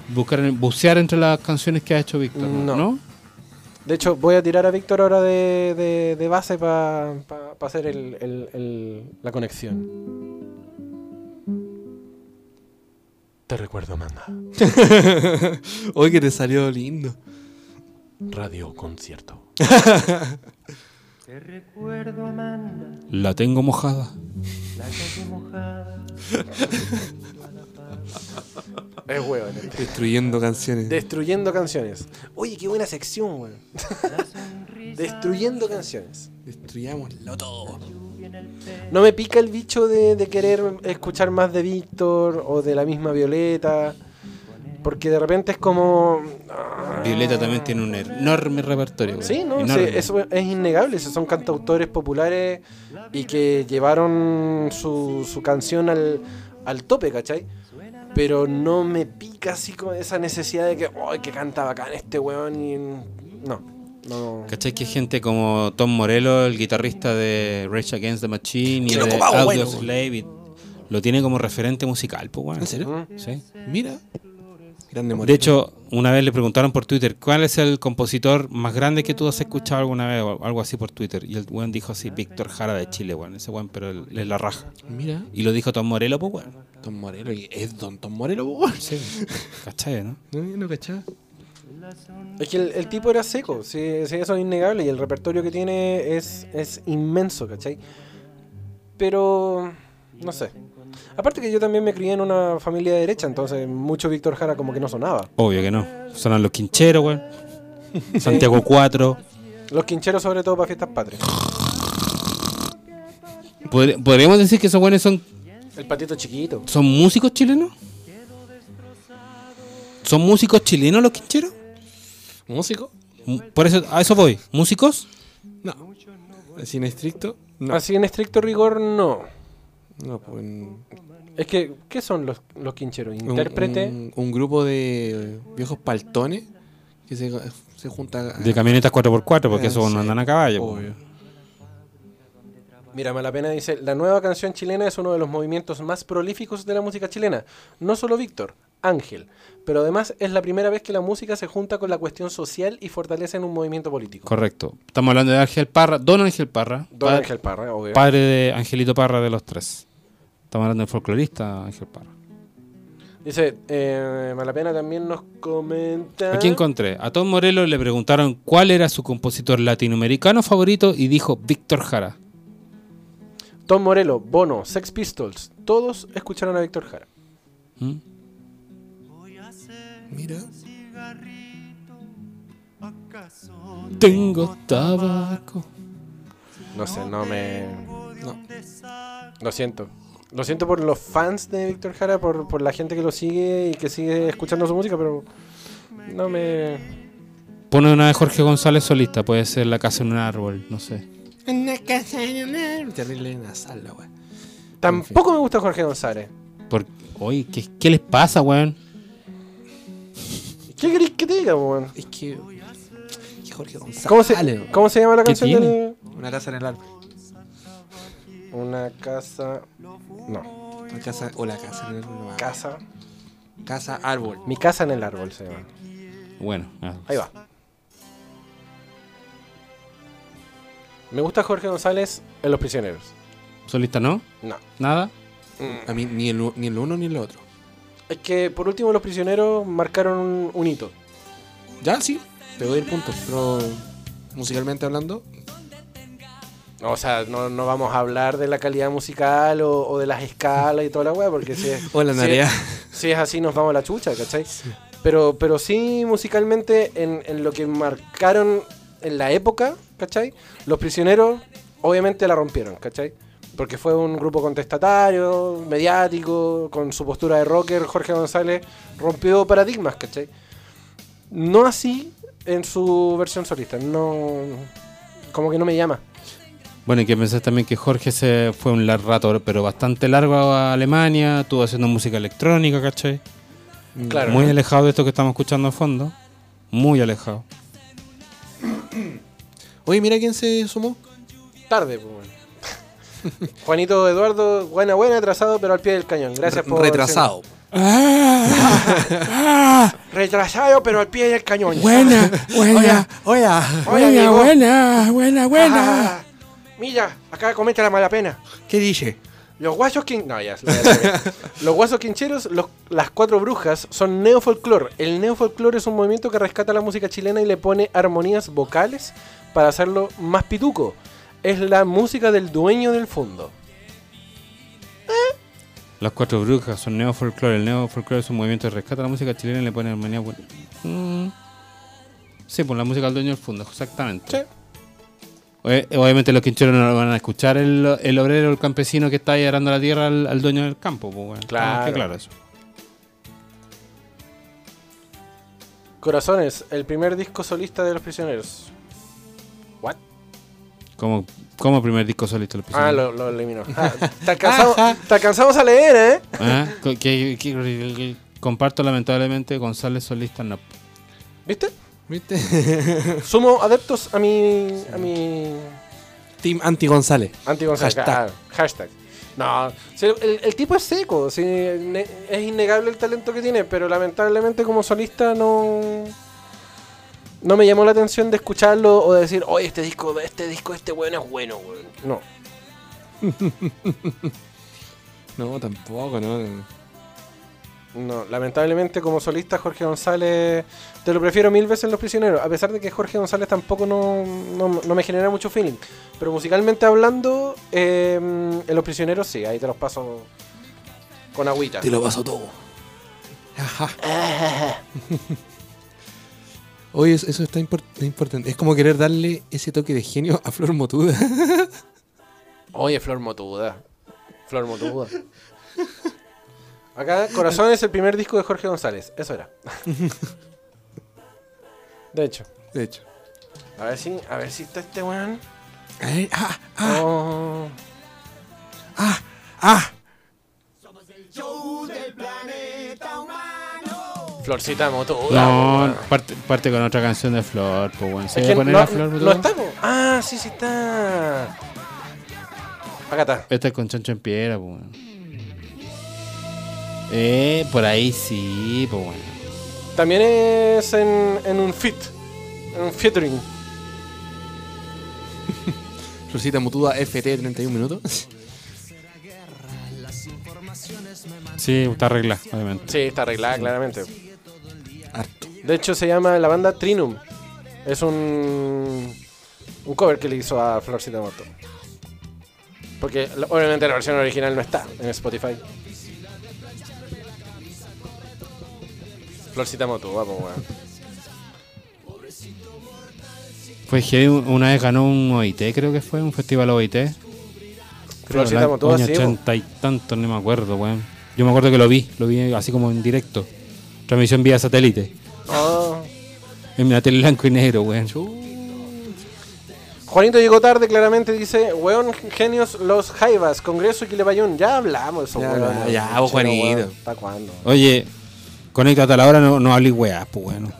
Buscar, en- bucear entre las canciones que ha hecho Víctor, ¿no?
No. De hecho, voy a tirar a Víctor ahora de, de- de base para hacer el- el- el- la conexión.
Te recuerdo, Amanda.
Hoy que te salió lindo.
Radio concierto.
La tengo mojada.
Es hueón. este.
Destruyendo canciones.
Destruyendo canciones. Oye, qué buena sección, weón. Destruyendo canciones.
Destruyámoslo todo.
No me pica el bicho de, de querer escuchar más de Víctor o de la misma Violeta. Porque de repente es como. ah,
Violeta también tiene un enorme repertorio. güey.
Sí, no,
Enorme.
sí, eso es innegable. esos Son cantautores populares y que llevaron su, su canción al, al tope, ¿cachai? Pero no me pica así con esa necesidad de que, ¡ay, que canta bacán este weón! Y... No, no.
¿Cachai que gente como Tom Morello, el guitarrista de Rage Against the Machine y
Que lo
de
ocupaba, bueno.
Audio Slave, y- lo tiene como referente musical, pues, weón.
¿En serio?
Mm.
Sí.
Mira. Grande
De
Moreno.
hecho, una vez le preguntaron por Twitter, ¿cuál es el compositor más grande que tú has escuchado alguna vez? O algo así por Twitter. Y el weón dijo así, Víctor Jara de Chile, weón. Ese weón, pero el- es la raja.
Mira.
Y lo dijo Tom Morello, pues, weón.
Tom Morelo. y Es Don Tom Morelo, po, weón.
¿Cachai, no?
No, yo no cachaba.
Es que el, el tipo era seco, sí, sí, eso es innegable y el repertorio que tiene es, es inmenso, ¿cachai? Pero, no sé. Aparte que yo también me crié en una familia de derecha, entonces mucho Víctor Jara como que no sonaba.
Obvio que no. Sonan los quincheros, weón. Santiago 4.
Los quincheros sobre todo para fiestas patrias.
Podri- ¿Podríamos decir que esos weones son,
El patito chiquito.
son músicos chilenos? ¿Son músicos chilenos los quincheros?
¿Músico?
M- Por eso, a eso voy. ¿Músicos?
No. ¿Sin estricto? No.
Así en estricto rigor, no.
No, pues. un-
Es que, ¿qué son los, los quincheros? Intérprete.
Un, un grupo de eh, viejos paltones que se, se junta. a-
De camionetas 4x4, porque
Eh,
eso
sí.
no andan a caballo. pues. po.
Obvio.
Mira, Malapena dice, la nueva canción chilena es uno de los movimientos más prolíficos de la música chilena. No solo Víctor, Ángel. Pero además es la primera vez que la música se junta con la cuestión social y fortalece en un movimiento político.
Correcto. Estamos hablando de Ángel Parra, Don Ángel Parra.
Don
pa-
Ángel Parra, obvio.
Padre de Angelito Parra de los tres. Estamos hablando del folclorista Ángel Parra.
Dice, eh, Malapena también nos comenta...
Aquí encontré. A Tom Morello le preguntaron cuál era su compositor latinoamericano favorito y dijo Víctor Jara.
Tom Morello, Bono, Sex Pistols. Todos escucharon a Víctor Jara.
¿Mm?
Mira.
Tengo tabaco.
No sé, no me...
No.
Lo siento. Lo siento por los fans de Víctor Jara, por, por la gente que lo sigue y que sigue escuchando su música, pero no me...
Pone una de Jorge González solista, puede ser La casa en un árbol, no sé.
Terrible nasal, la wea.
Tampoco me gusta Jorge González.
Por... Oye, ¿qué, qué les pasa, weón?
¿Qué querés que te diga, weón?
Es que. que Jorge González.
¿Cómo se, ¿Cómo se llama la
¿Qué
canción
tiene?
del-
Una casa en el árbol.
Una casa... No,
Una casa, o la casa en el árbol. no.
casa...
casa árbol.
Mi casa en el árbol se llama.
Bueno, ah,
Ahí va. Me gusta Jorge González en Los Prisioneros.
solista no,
No.
nada.
A mí ni el, u- ni el uno ni el otro.
Es que por último Los Prisioneros marcaron un- un hito.
Ya, sí. Te doy el punto. Pero musicalmente hablando,
O sea, no, no vamos a hablar de la calidad musical o, o de las escalas y toda la weá, porque si es,
Hola,
si
Narea.
es- si es así nos vamos a la chucha, ¿cachai? Pero, pero sí musicalmente en, en lo que marcaron en la época, ¿cachai? Los prisioneros obviamente la rompieron, ¿cachai? Porque fue un grupo contestatario, mediático, con su postura de rocker, Jorge González rompió paradigmas, ¿cachai? No así en su versión solista, no... Como que no me llama.
Bueno, y que pensás también que Jorge se fue un lar- rato, pero bastante largo a Alemania, estuvo haciendo música electrónica, ¿cachai?
Claro.
Muy alejado de esto que estamos escuchando al fondo. Muy alejado.
Oye, mira quién se sumó.
Tarde, pues. bueno. Juanito Eduardo, buena, buena, atrasado, pero al pie del cañón. Gracias
Re-
por.
Retrasado.
Retrasado, pero al pie del cañón.
Oye, oye.
Hola, amigo.
buena, buena,
Ah, mira, acá comete la mala pena.
¿Qué dice?
Los guachos quin... No, ya, lo voy a hacer bien. Los guasos quincheros, los- las cuatro brujas, son neofolclor. El neofolclor es un movimiento que rescata la música chilena y le pone armonías vocales para hacerlo más pituco. Es la música del dueño del fondo.
Las cuatro brujas son neofolclore. El neofolclore es un movimiento de rescate a la música chilena y le pone armonía buena. Mm. Sí, pues la música del dueño del fondo, exactamente.
Sí.
Oye, Obviamente los quincheros no lo van a escuchar el, el obrero, el campesino que está ahí arando la tierra al, al dueño del campo. Pues, bueno, está más
Claro.
que claro eso.
Corazones, el primer disco solista de los prisioneros. ¿What?
Como, como primer disco solista lo
Ah,
pusieron.
lo, lo eliminó. Ah, te, alcanzamos, te alcanzamos a leer, ¿eh?
Ah, co- que- que- que- que- comparto lamentablemente González Solista no.
¿Viste?
¿Viste?
Sumo adeptos a mi. a mi.
Team Anti González.
anti hashtag.
Hashtag.
Ah, hashtag. No, si el, el tipo es seco, si ne- es innegable el talento que tiene, pero lamentablemente como solista no. No me llamó la atención de escucharlo o de decir, oye, este disco, este disco, este bueno es bueno, weón. No.
No, tampoco, no.
No, lamentablemente como solista Jorge González te lo prefiero mil veces en Los Prisioneros, a pesar de que Jorge González tampoco no, no- no me genera mucho feeling. Pero musicalmente hablando, eh, en Los Prisioneros sí, ahí te los paso con agüita.
lo paso todo. Ajá. Oye, eso, eso está impor- importante. Es como querer darle ese toque de genio a Flor Motuda.
Oye, Flor Motuda. Flor Motuda. Acá, Corazón es el primer disco de Jorge González, eso era. De hecho,
De hecho.
a ver si, a ver si está este weón.
A ver, ah, ah,
Oh.
ah, ah.
Florcita Motuda.
No,
weón.
parte, parte con otra canción de Flor. Pues bueno. ¿Se
Es
va
que
a poner
no,
a Flor?
no
Botú?
está, po. Ah, sí, sí está. Acá está.
Esta es Este con Chancho en Piedra, pues bueno. Eh, por ahí sí, pues bueno.
También es en, en un fit. En un featuring.
Florcita Motuda FT 31 minutos.
Sí, está arreglada, obviamente.
Sí, está arreglada claramente.
Harto.
De hecho, se llama la banda Trinum. Es un. Un cover que le hizo a Florcita Moto. Porque la- obviamente la versión original no está en Spotify. Florcita Moto, vamos, weón.
Fue heavy, una vez ganó un OIT, creo que fue, un festival OIT. Creo,
Florcita
la-
Motuda,
año
sí, po.
80 y tantos, no me acuerdo, weón. Yo me acuerdo que lo vi, lo vi así como en directo. Transmisión vía satélite.
Oh.
En la tele blanco y negro, weón.
Juanito llegó tarde, claramente dice, weón, genios los Jaivas, Congreso y Quilepayún. Ya hablamos, de esos
Ya,
huevones.
ya, vos,
Chino,
Juanito.
weón, ¿Para cuándo?
Oye, conéctate a la hora, no, no hables weas, pues bueno.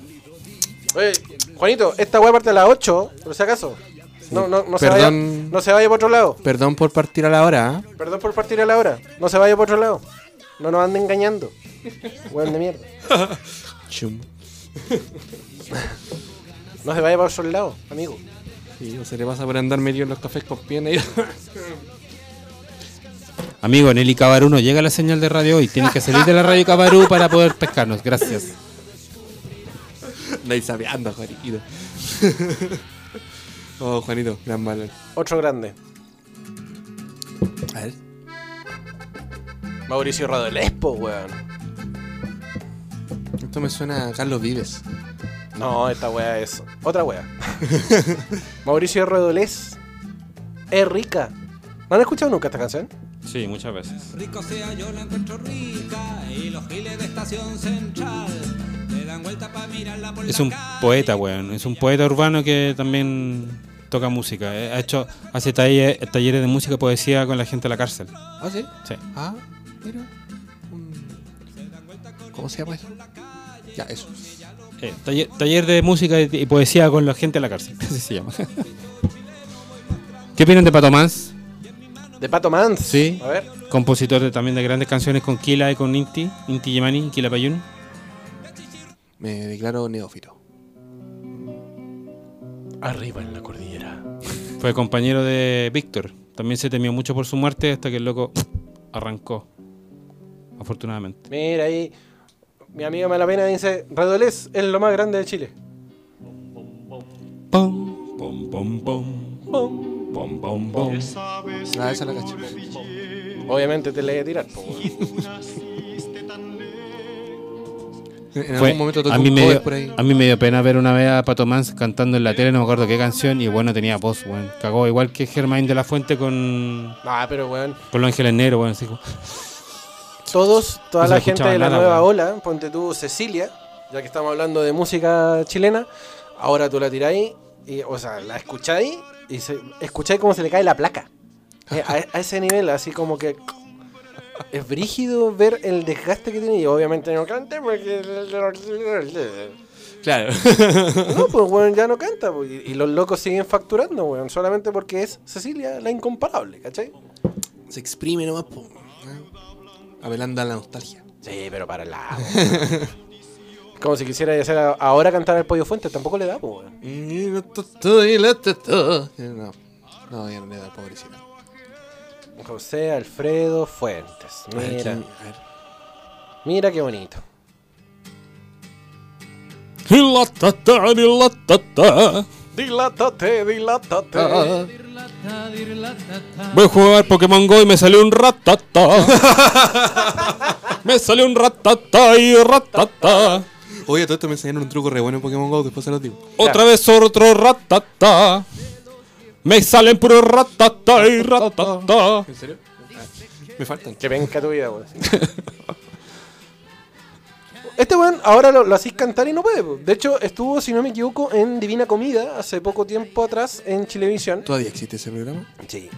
Oye, Juanito, esta weá parte a las 8, por si acaso. No, no, no, se vaya,
Perdón.
no se vaya por otro lado.
Perdón por partir a la hora. ¿ah?
Perdón por partir a la hora. No se vaya por otro lado. No nos anden engañando. Weón de mierda.
Chum.
No se vaya por otro lado, amigo.
Sí, o se le pasa por andar medio en los cafés con pierna y...
Amigo, en el Cabarú no llega la señal de radio hoy. Tienes que salir de la radio Cabarú para poder pescarnos. Gracias.
Andáis sapeando, Juanito. oh, Juanito, gran valor.
Otro grande.
A ver.
Mauricio Rodolespo, weón.
Esto me suena a Carlos Vives.
No, esta wea es otra wea. Mauricio Redolés. Es rica. ¿No han escuchado nunca esta canción?
Sí, muchas veces.
Rico sea yo la encuentro rica y los giles de estación central le dan vuelta para mirarla por
Es
la
un
calle.
poeta, weón. Es un poeta urbano que también toca música. Eh, Ha hecho, hace talle- talleres de música y poesía con la gente de la cárcel.
¿Ah, sí?
Sí.
Ah, mira. Un- ¿Cómo se llama eso? Ya, eso.
Eh, taller, taller de música y, y poesía con la gente de la cárcel. Así se llama. ¿Qué opinan de Pato Mans?
De Pato Mans.
Sí.
A ver.
Compositor de- también de grandes canciones con Kila y con Inti, Inti Yemani, Kila Payún.
Me declaro neófito.
Arriba en la cordillera.
Fue compañero de Víctor. También se temió mucho por su muerte hasta que el loco arrancó. Afortunadamente.
Mira ahí. Mi amiga Malapena dice: Redolés es lo más grande de Chile.
Pom, pom, pom, pom. Pom, pom, pom.
Ah, esa la cacho.
Obviamente te le voy a tirar. po, weón.
En
Fue-
algún momento tocó
a, mí
un
me
cover
dio,
por ahí.
a mí me dio pena ver una vez a Pato Mans cantando en la tele, no me acuerdo qué canción, y bueno, tenía voz, weón. Cagó igual que Germain de la Fuente con,
Ah, pero weón.
con Los Ángeles Negros, weón. así como-
Todos, toda
No se
la gente
escuchaba
de la
nada,
nueva ola, ponte tú Cecilia, ya que estamos hablando de música chilena, ahora tú la tiráis, y, o sea, la escucháis y se, escucháis cómo se le cae la placa. Eh, A, a ese nivel, así como que es brígido ver el desgaste que tiene y obviamente no canta porque...
Claro.
No, pues weón ya no canta pues, y, y los locos siguen facturando, weón, solamente porque es Cecilia la incomparable, ¿cachai?
Se exprime nomás, po. Apelando a la nostalgia.
Sí, pero para el lado. Como si quisiera hacer a- ahora cantar el pollo fuente, tampoco le da, po, weón.
Mm, No, no, ya no le da pobrecita.
José Alfredo Fuentes.
A ver,
Mira,
¿quién? A ver.
mira qué bonito. Dilátate, dilátate.
Ah,
Voy a jugar Pokémon Go y me salió un ratata. me salió un ratata y ratata.
Oye, a todo esto me enseñaron un truco re bueno en Pokémon GO, después se los digo.
Otra vez otro ratata. Me salen puro ratata y ratata.
¿En serio? Me faltan.
Que venga tu vida, weón. Este weón ahora lo, lo hacís cantar y no puede. po. De hecho, estuvo, si no me equivoco, en Divina Comida hace poco tiempo atrás en Chilevisión.
¿Todavía existe ese programa?
Sí.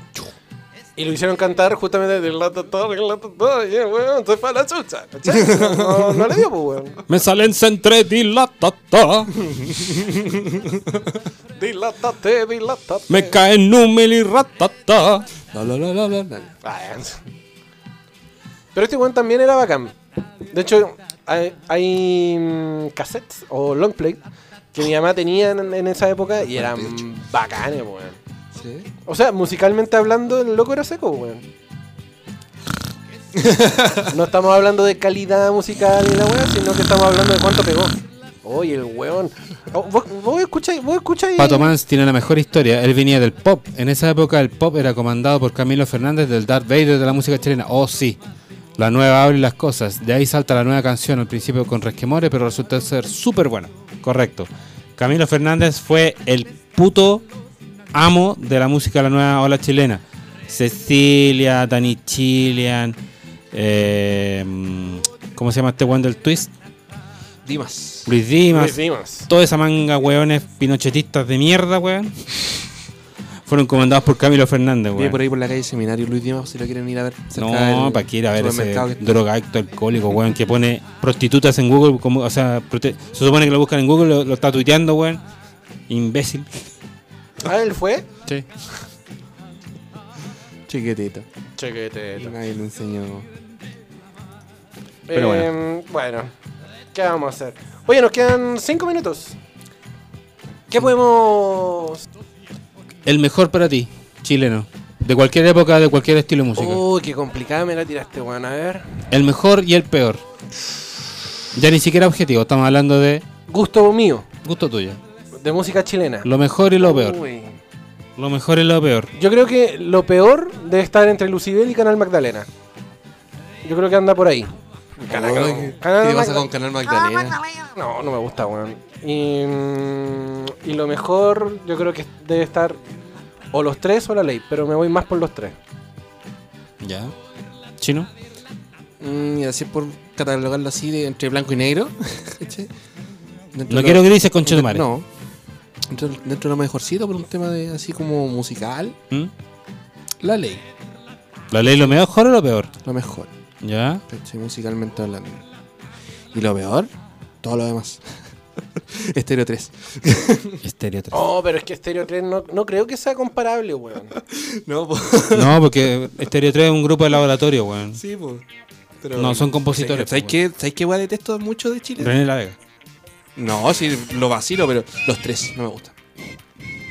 Y lo hicieron cantar justamente de la tatar, la tatar, yeah, weón, soy para la chucha. ¿cachai? No, no le dio, pues, weón.
Me salen centre y ratata.
Dilatate, dilatate.
Me caen número y ratata.
La, la, la, la, la, la.
Ah, Pero este weón también era bacán. De hecho, hay, hay, mm, cassettes o long play que mi mamá tenía en, en esa época y eran
48.
bacanes, pues, weón.
¿Sí?
O sea, musicalmente hablando, el loco era seco, weón. No estamos hablando de calidad musical ni la weón, sino que estamos hablando de cuánto pegó. Oye, el weón. Oh, vos, vos escucháis, vos escucháis.
Pato Mans tiene la mejor historia. Él venía del pop. En esa época el pop era comandado por Camilo Fernández del Darth Vader de la música chilena. Oh, sí. La nueva abre las cosas. De ahí salta la nueva canción al principio con resquemores, pero resulta ser súper buena. Correcto. Camilo Fernández fue el puto amo de la música de la nueva ola chilena. Cecilia, Dani Chilian, eh, ¿cómo se llama este one del twist?
Dimas.
Luis Dimas
Luis Dimas.
toda esa manga, weones, pinochetistas de mierda, weón, fueron comandados por Camilo Fernández,
Vive
weón.
por ahí por la calle Seminario Luis Dimas, si lo quieren ir a ver. cerca
no,
del
para que ir a ver ese
supermercado que está.
drogadicto alcohólico, weón, que pone prostitutas en Google, como, o sea, prote- se supone que lo buscan en Google, lo, lo está tuiteando, weón. Imbécil.
Ah, él fue.
Chiquitito.
Chequete.
Nadie le enseñó.
Pero
Em, bueno. ¿Qué vamos a hacer? Oye, nos quedan 5 minutos. ¿Qué podemos.?
El mejor para ti, chileno. De cualquier época, de cualquier estilo de música.
Oh.
Uy, qué complicada me la tiraste, weón. A ver.
El mejor y el peor. Ya ni siquiera objetivo, estamos hablando de
Gusto mío,
gusto tuyo.
de música chilena.
Lo mejor y lo peor.
Uy.
Oh.
Lo mejor y lo peor.
Yo creo que lo peor debe estar entre Lucibel y Canal Magdalena. Yo creo que anda por ahí. Canal-
Ay, ¿Qué
Canal
qué pasa
Magda-
con Canal Magdalena?
No, no me gusta, weón. Y, mm, y lo mejor, yo creo que debe estar o los tres o la ley, pero me voy más por los tres.
Ya. ¿Chino?
Mm, y así por catalogarlo así de entre blanco y negro. ¿Cachai? Dentro
No
de
quiero
lo-
grises con Chetumare.
No. Dentro, dentro de lo mejorcito, por un tema de así como musical,
¿Mm?
la ley,
¿La ley lo mejor o lo peor?
lo mejor,
Ya.
¿cachai? musicalmente hablando. Y lo peor, todo lo demás. Estéreo 3.
Estéreo 3.
Oh, pero es que Stereo 3 no, no creo que sea comparable, weón.
No, pues.
No, porque Estéreo 3 es un grupo de laboratorio, weón.
Sí, pues.
No, son compositores.
¿Sabes
pues,
qué, ¿sabes qué weá detesto mucho de
weón.
Chile?
René La Vega.
No, sí, lo vacilo, pero los tres no me gustan.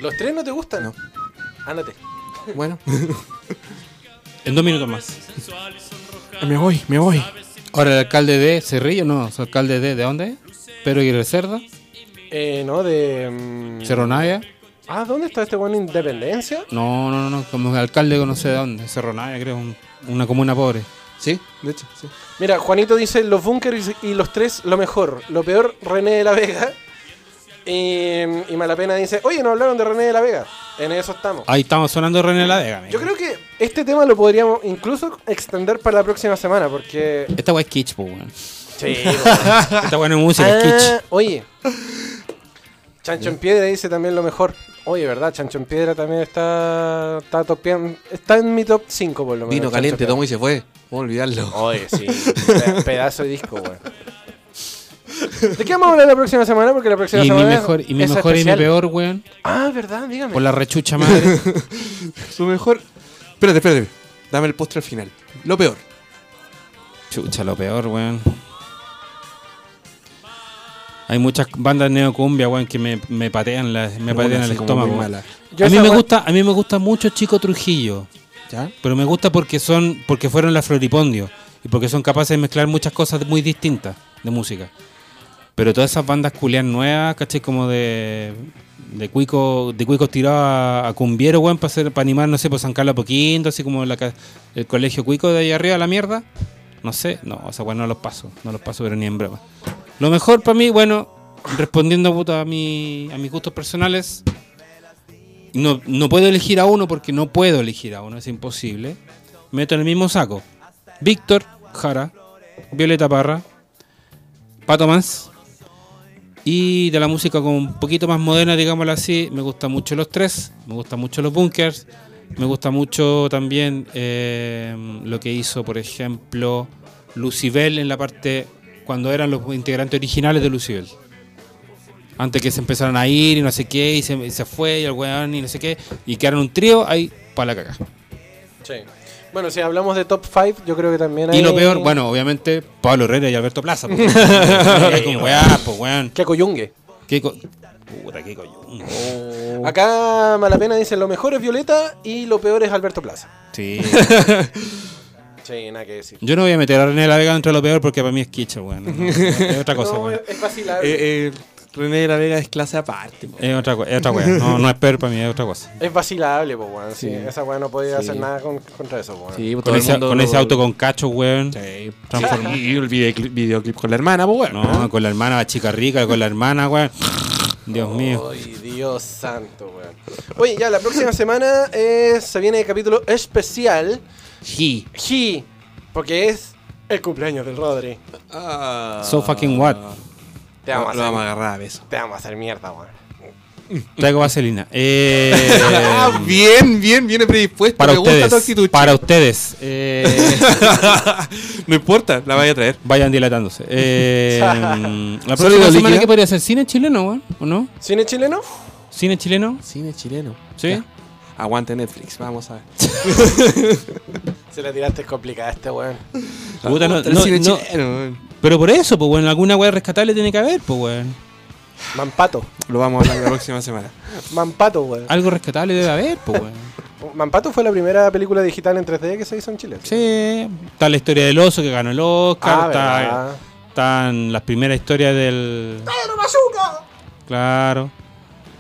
¿Los tres no te gustan?
No.
Ándate.
Bueno.
En dos minutos más.
Me voy, me voy.
Ahora el alcalde de Cerrillo, no, es alcalde de, ¿de dónde? Pedro Aguirre Cerda,
Eh, no, de. mm,
Cerro Navia.
Ah, ¿dónde está este weón Independencia?
No, no, no, no, como alcalde no sé de dónde, Cerro Navia, creo, un- una comuna pobre.
Sí, de hecho, sí.
Mira, Juanito dice los bunkers y los tres lo mejor. Lo peor, René de la Vega. Y, y Malapena dice, oye, no hablaron de René de la Vega. En eso estamos.
Ah,
Ahí estamos sonando René La Vega. amigo.
Yo creo que este tema lo podríamos incluso extender para la próxima semana, porque.
Esta weá es kitsch, po, weón.
Sí,
pues,
Esta weá no es música, es kitsch.
Ah, oye. Chancho en Piedra dice también lo mejor. Oye, ¿verdad? Chancho en Piedra también está. Está, topean- está en mi top 5 por lo menos.
Vino
Chancho
caliente,
en Piedra.
tomó y se fue. Vamos a olvidarlo.
Oye, sí. Pe- Pedazo de disco, weón. ¿De qué vamos a hablar la próxima semana? Porque la próxima
Y mi
semana.
mejor, y mi,
es
mejor y mi
especial.
peor, weón.
Ah, ¿verdad? Dígame.
Por la rechucha madre.
Su mejor. Espérate, espérate. Dame el postre al final. Lo peor.
Chucha, lo peor, weón. Hay muchas bandas neocumbia, weón, que me, me patean, la- me
Una
patean el
así como muy
estómago.
mala.
Yo
A mí
esa
me
wea-
gusta, a mí me gusta mucho Chico Trujillo,
¿Ya?
pero me gusta porque son, porque fueron la Floripondio y porque son capaces de mezclar muchas cosas muy distintas de música. Pero todas esas bandas culiadas nuevas, caché como de de cuico, de cuico tirado a, a cumbiero, weón, para hacer, para animar, no sé, por San Carlos Poquinto, así como la ca- el colegio cuico de ahí arriba a la mierda. No sé, no, o sea, bueno, no los paso, no los paso, pero ni en broma. Lo mejor para mí, bueno, respondiendo puta, a, mi, a mis gustos personales, no, no puedo elegir a uno porque no puedo elegir a uno, es imposible. Meto en el mismo saco. Víctor Jara, Violeta Parra, Pato Más. Y de la música como un poquito más moderna, digámoslo así, me gustan mucho los tres, me gustan mucho los bunkers, me gusta mucho también eh, lo que hizo, por ejemplo, Lucibel en la parte cuando eran los integrantes originales de Lucibel antes que se empezaron a ir y no sé qué, y se, y se fue y el weón y no sé qué, y quedaron un trío ahí para la caga.
Sí. Bueno, si hablamos de top 5, yo creo que también hay.
Y lo peor, bueno, obviamente, Pablo Herrera y Alberto Plaza. Pues, con weá, pues, weón.
Que acoyungue.
Qué co- Puta, qué coño. Oh.
Acá Malapena dice lo mejor es Violeta y lo peor es Alberto Plaza.
Sí.
Sí, nada que decir.
Yo no voy a meter a René de la Vega dentro de lo peor porque para mí es kitsch, weón. No, no, es otra cosa,
No,
weón.
es vacilar.
Eh, eh, René de la Vega es clase aparte. po.
Es otra, co- es otra weá. No, no es peor para mí, es otra cosa.
Es vacilable, po, weón. Sí,
Sí.
Esa weá no podía hacer
Sí.
nada con- contra eso, po, weón.
Sí, todo
Con
el
ese,
mundo
con
lo-
ese auto con cacho, weón.
Sí.
Transformó.
Y el videoclip, videoclip con la hermana, pues bueno.
No, con la hermana, la chica rica, con la hermana, weón. Dios mío.
Ay, Dios santo, weón. Oye, ya, la próxima semana eh, se viene el capítulo especial.
He.
He, porque es el cumpleaños del Rodri.
Ah.
So fucking what.
Te vamos,
lo
a,
vamos a
hacer,
agarrar a beso.
te vamos a hacer mierda, weón.
Traigo vaselina. Eh,
Ah, bien, bien, viene predispuesto.
para
Me gusta tu
ustedes.
actitud.
Para ustedes. Eh,
no importa, la vaya a traer.
vayan dilatándose. Eh,
¿Sólido
la próxima semana
líquido?
que podría ser cine chileno, weón, ¿o no?
¿Cine chileno?
¿Cine chileno?
Cine chileno.
Sí.
Ya. Aguante Netflix, vamos a ver.
Se la tiraste complicada a este weón.
Puta, no-
Puta, el
no-
cine
no.
chileno, weón.
Pero por eso, pues bueno, alguna weá rescatable tiene que haber, pues weón.
Mampato.
Lo vamos a hablar la próxima semana.
Mampato, weón.
Ah.
Algo rescatable debe haber, pues weón.
Mampato fue la primera película digital en 3D que se hizo en Chile.
Sí. Está la historia del oso que ganó el
Ah,
Oscar. está,
verdad.
están las primeras historias del. Claro.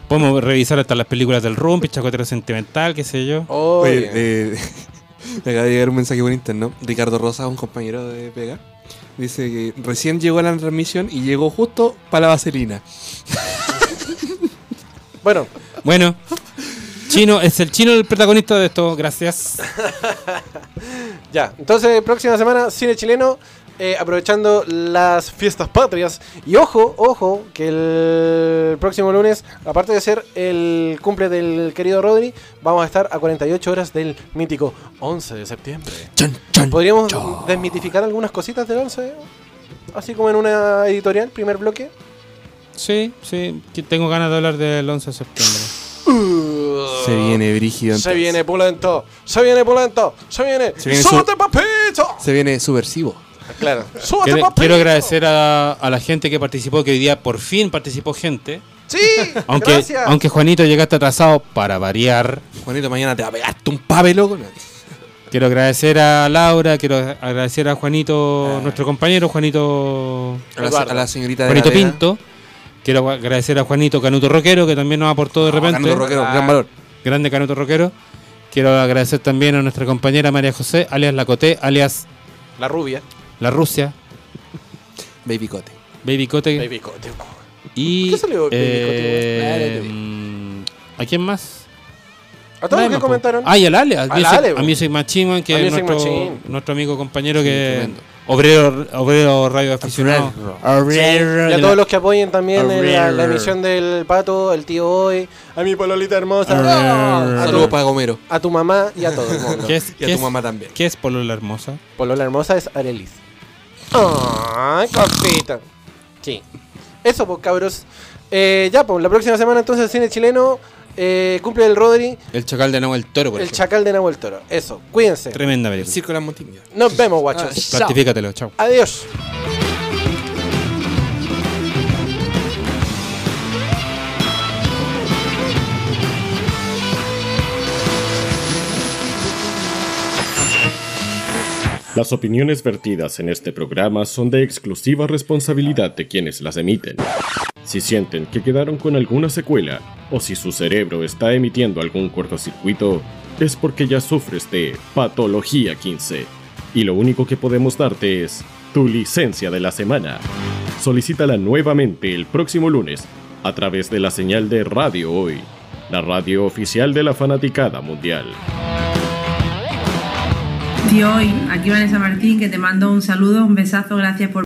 Podemos revisar hasta las películas del Rumpi, Chacotero Sentimental, qué sé yo.
Oye,
Oye, eh, me acaba de llegar un mensaje bonito, ¿no? Ricardo Rosa, un compañero de Pega, dice que recién llegó a la transmisión y llegó justo para la vaselina.
Bueno,
Bueno, chino, es el chino el protagonista de esto, gracias.
Ya, entonces próxima semana cine chileno, eh, aprovechando las fiestas patrias. Y ojo, ojo, que el próximo lunes, aparte de ser el cumple del querido Rodri, vamos a estar a 48 horas del mítico 11 de septiembre.
Chon, chon,
¿Podríamos
chon.
desmitificar algunas cositas del 11? Así como en una editorial, primer bloque.
Sí, sí, que tengo ganas de hablar del 11 de septiembre.
Se viene brígido.
Se
entonces.
viene pulento, se viene pulento, se viene.
Se viene
¡Súbete,
su-
papito!
Se viene subversivo.
Claro, ¡súbete,
Quiero,
papito!
quiero agradecer a, a la gente que participó, que hoy día por fin participó gente.
Sí,
Aunque,
gracias.
aunque Juanito llegaste atrasado para variar.
Juanito, mañana te va a pegarte un pape, loco.
Quiero agradecer a Laura, quiero agradecer a Juanito, nuestro compañero Juanito
A la, a la señorita de
Juanito
la Vega.
Pinto. Quiero agradecer a Juanito Canuto Roquero, que también nos aportó de
No,
repente.
Canuto Roquero, gran valor.
Grande Canuto Roquero. Quiero agradecer también a nuestra compañera María José, alias La Coté, alias
La rubia.
La Rusia,
Baby Cote.
Baby Cote.
Baby Cote.
Y,
¿Por qué salió Baby Ah,
eh, ¿A quién más?
A todos los
Nadie
que
más, po.
comentaron.
Ah, y al Ale. A,
Al
Music,
Ale,
a
po.
Music Machine, Man, que
A
es
Music
nuestro,
Machine.
nuestro amigo compañero que.
tremendo.
Obrero, obrero radio aficionado.
Y a todos los que apoyen también el- la, la emisión del pato, el tío hoy, a mi pololita hermosa, ¡Ah! a
Saludos
tu,
para Gomero.
a tu mamá y a todo el mundo.
¿Qué es,
Y
qué
a tu
es-
mamá también.
qué es Polola Hermosa?
Polola hermosa es Arelis. ¡Ay, cosita! Sí. Eso, pues, cabros. Eh, ya, pues, la próxima semana entonces el cine chileno eh, cumple el Rodri,
El Chacal de Nuevo el Toro, por
el
ejemplo.
chacal de Nahuel Toro. Eso, cuídense.
Tremenda
El
película.
Circo de las Montañas.
Nos vemos,
Ah,
guachos.
Platifícatelo, chao.
Adiós.
Las opiniones vertidas en este programa son de exclusiva responsabilidad de quienes las emiten. Si sienten que quedaron con alguna secuela o si su cerebro está emitiendo algún cortocircuito, es porque ya sufres de patología 15. Y lo único que podemos darte es tu licencia de la semana. Solicítala nuevamente el próximo lunes a través de la señal de Radio Hoy, la radio oficial de la fanaticada mundial.
Tío, hoy, aquí Vanessa Martín, que te mando un saludo, un besazo, gracias por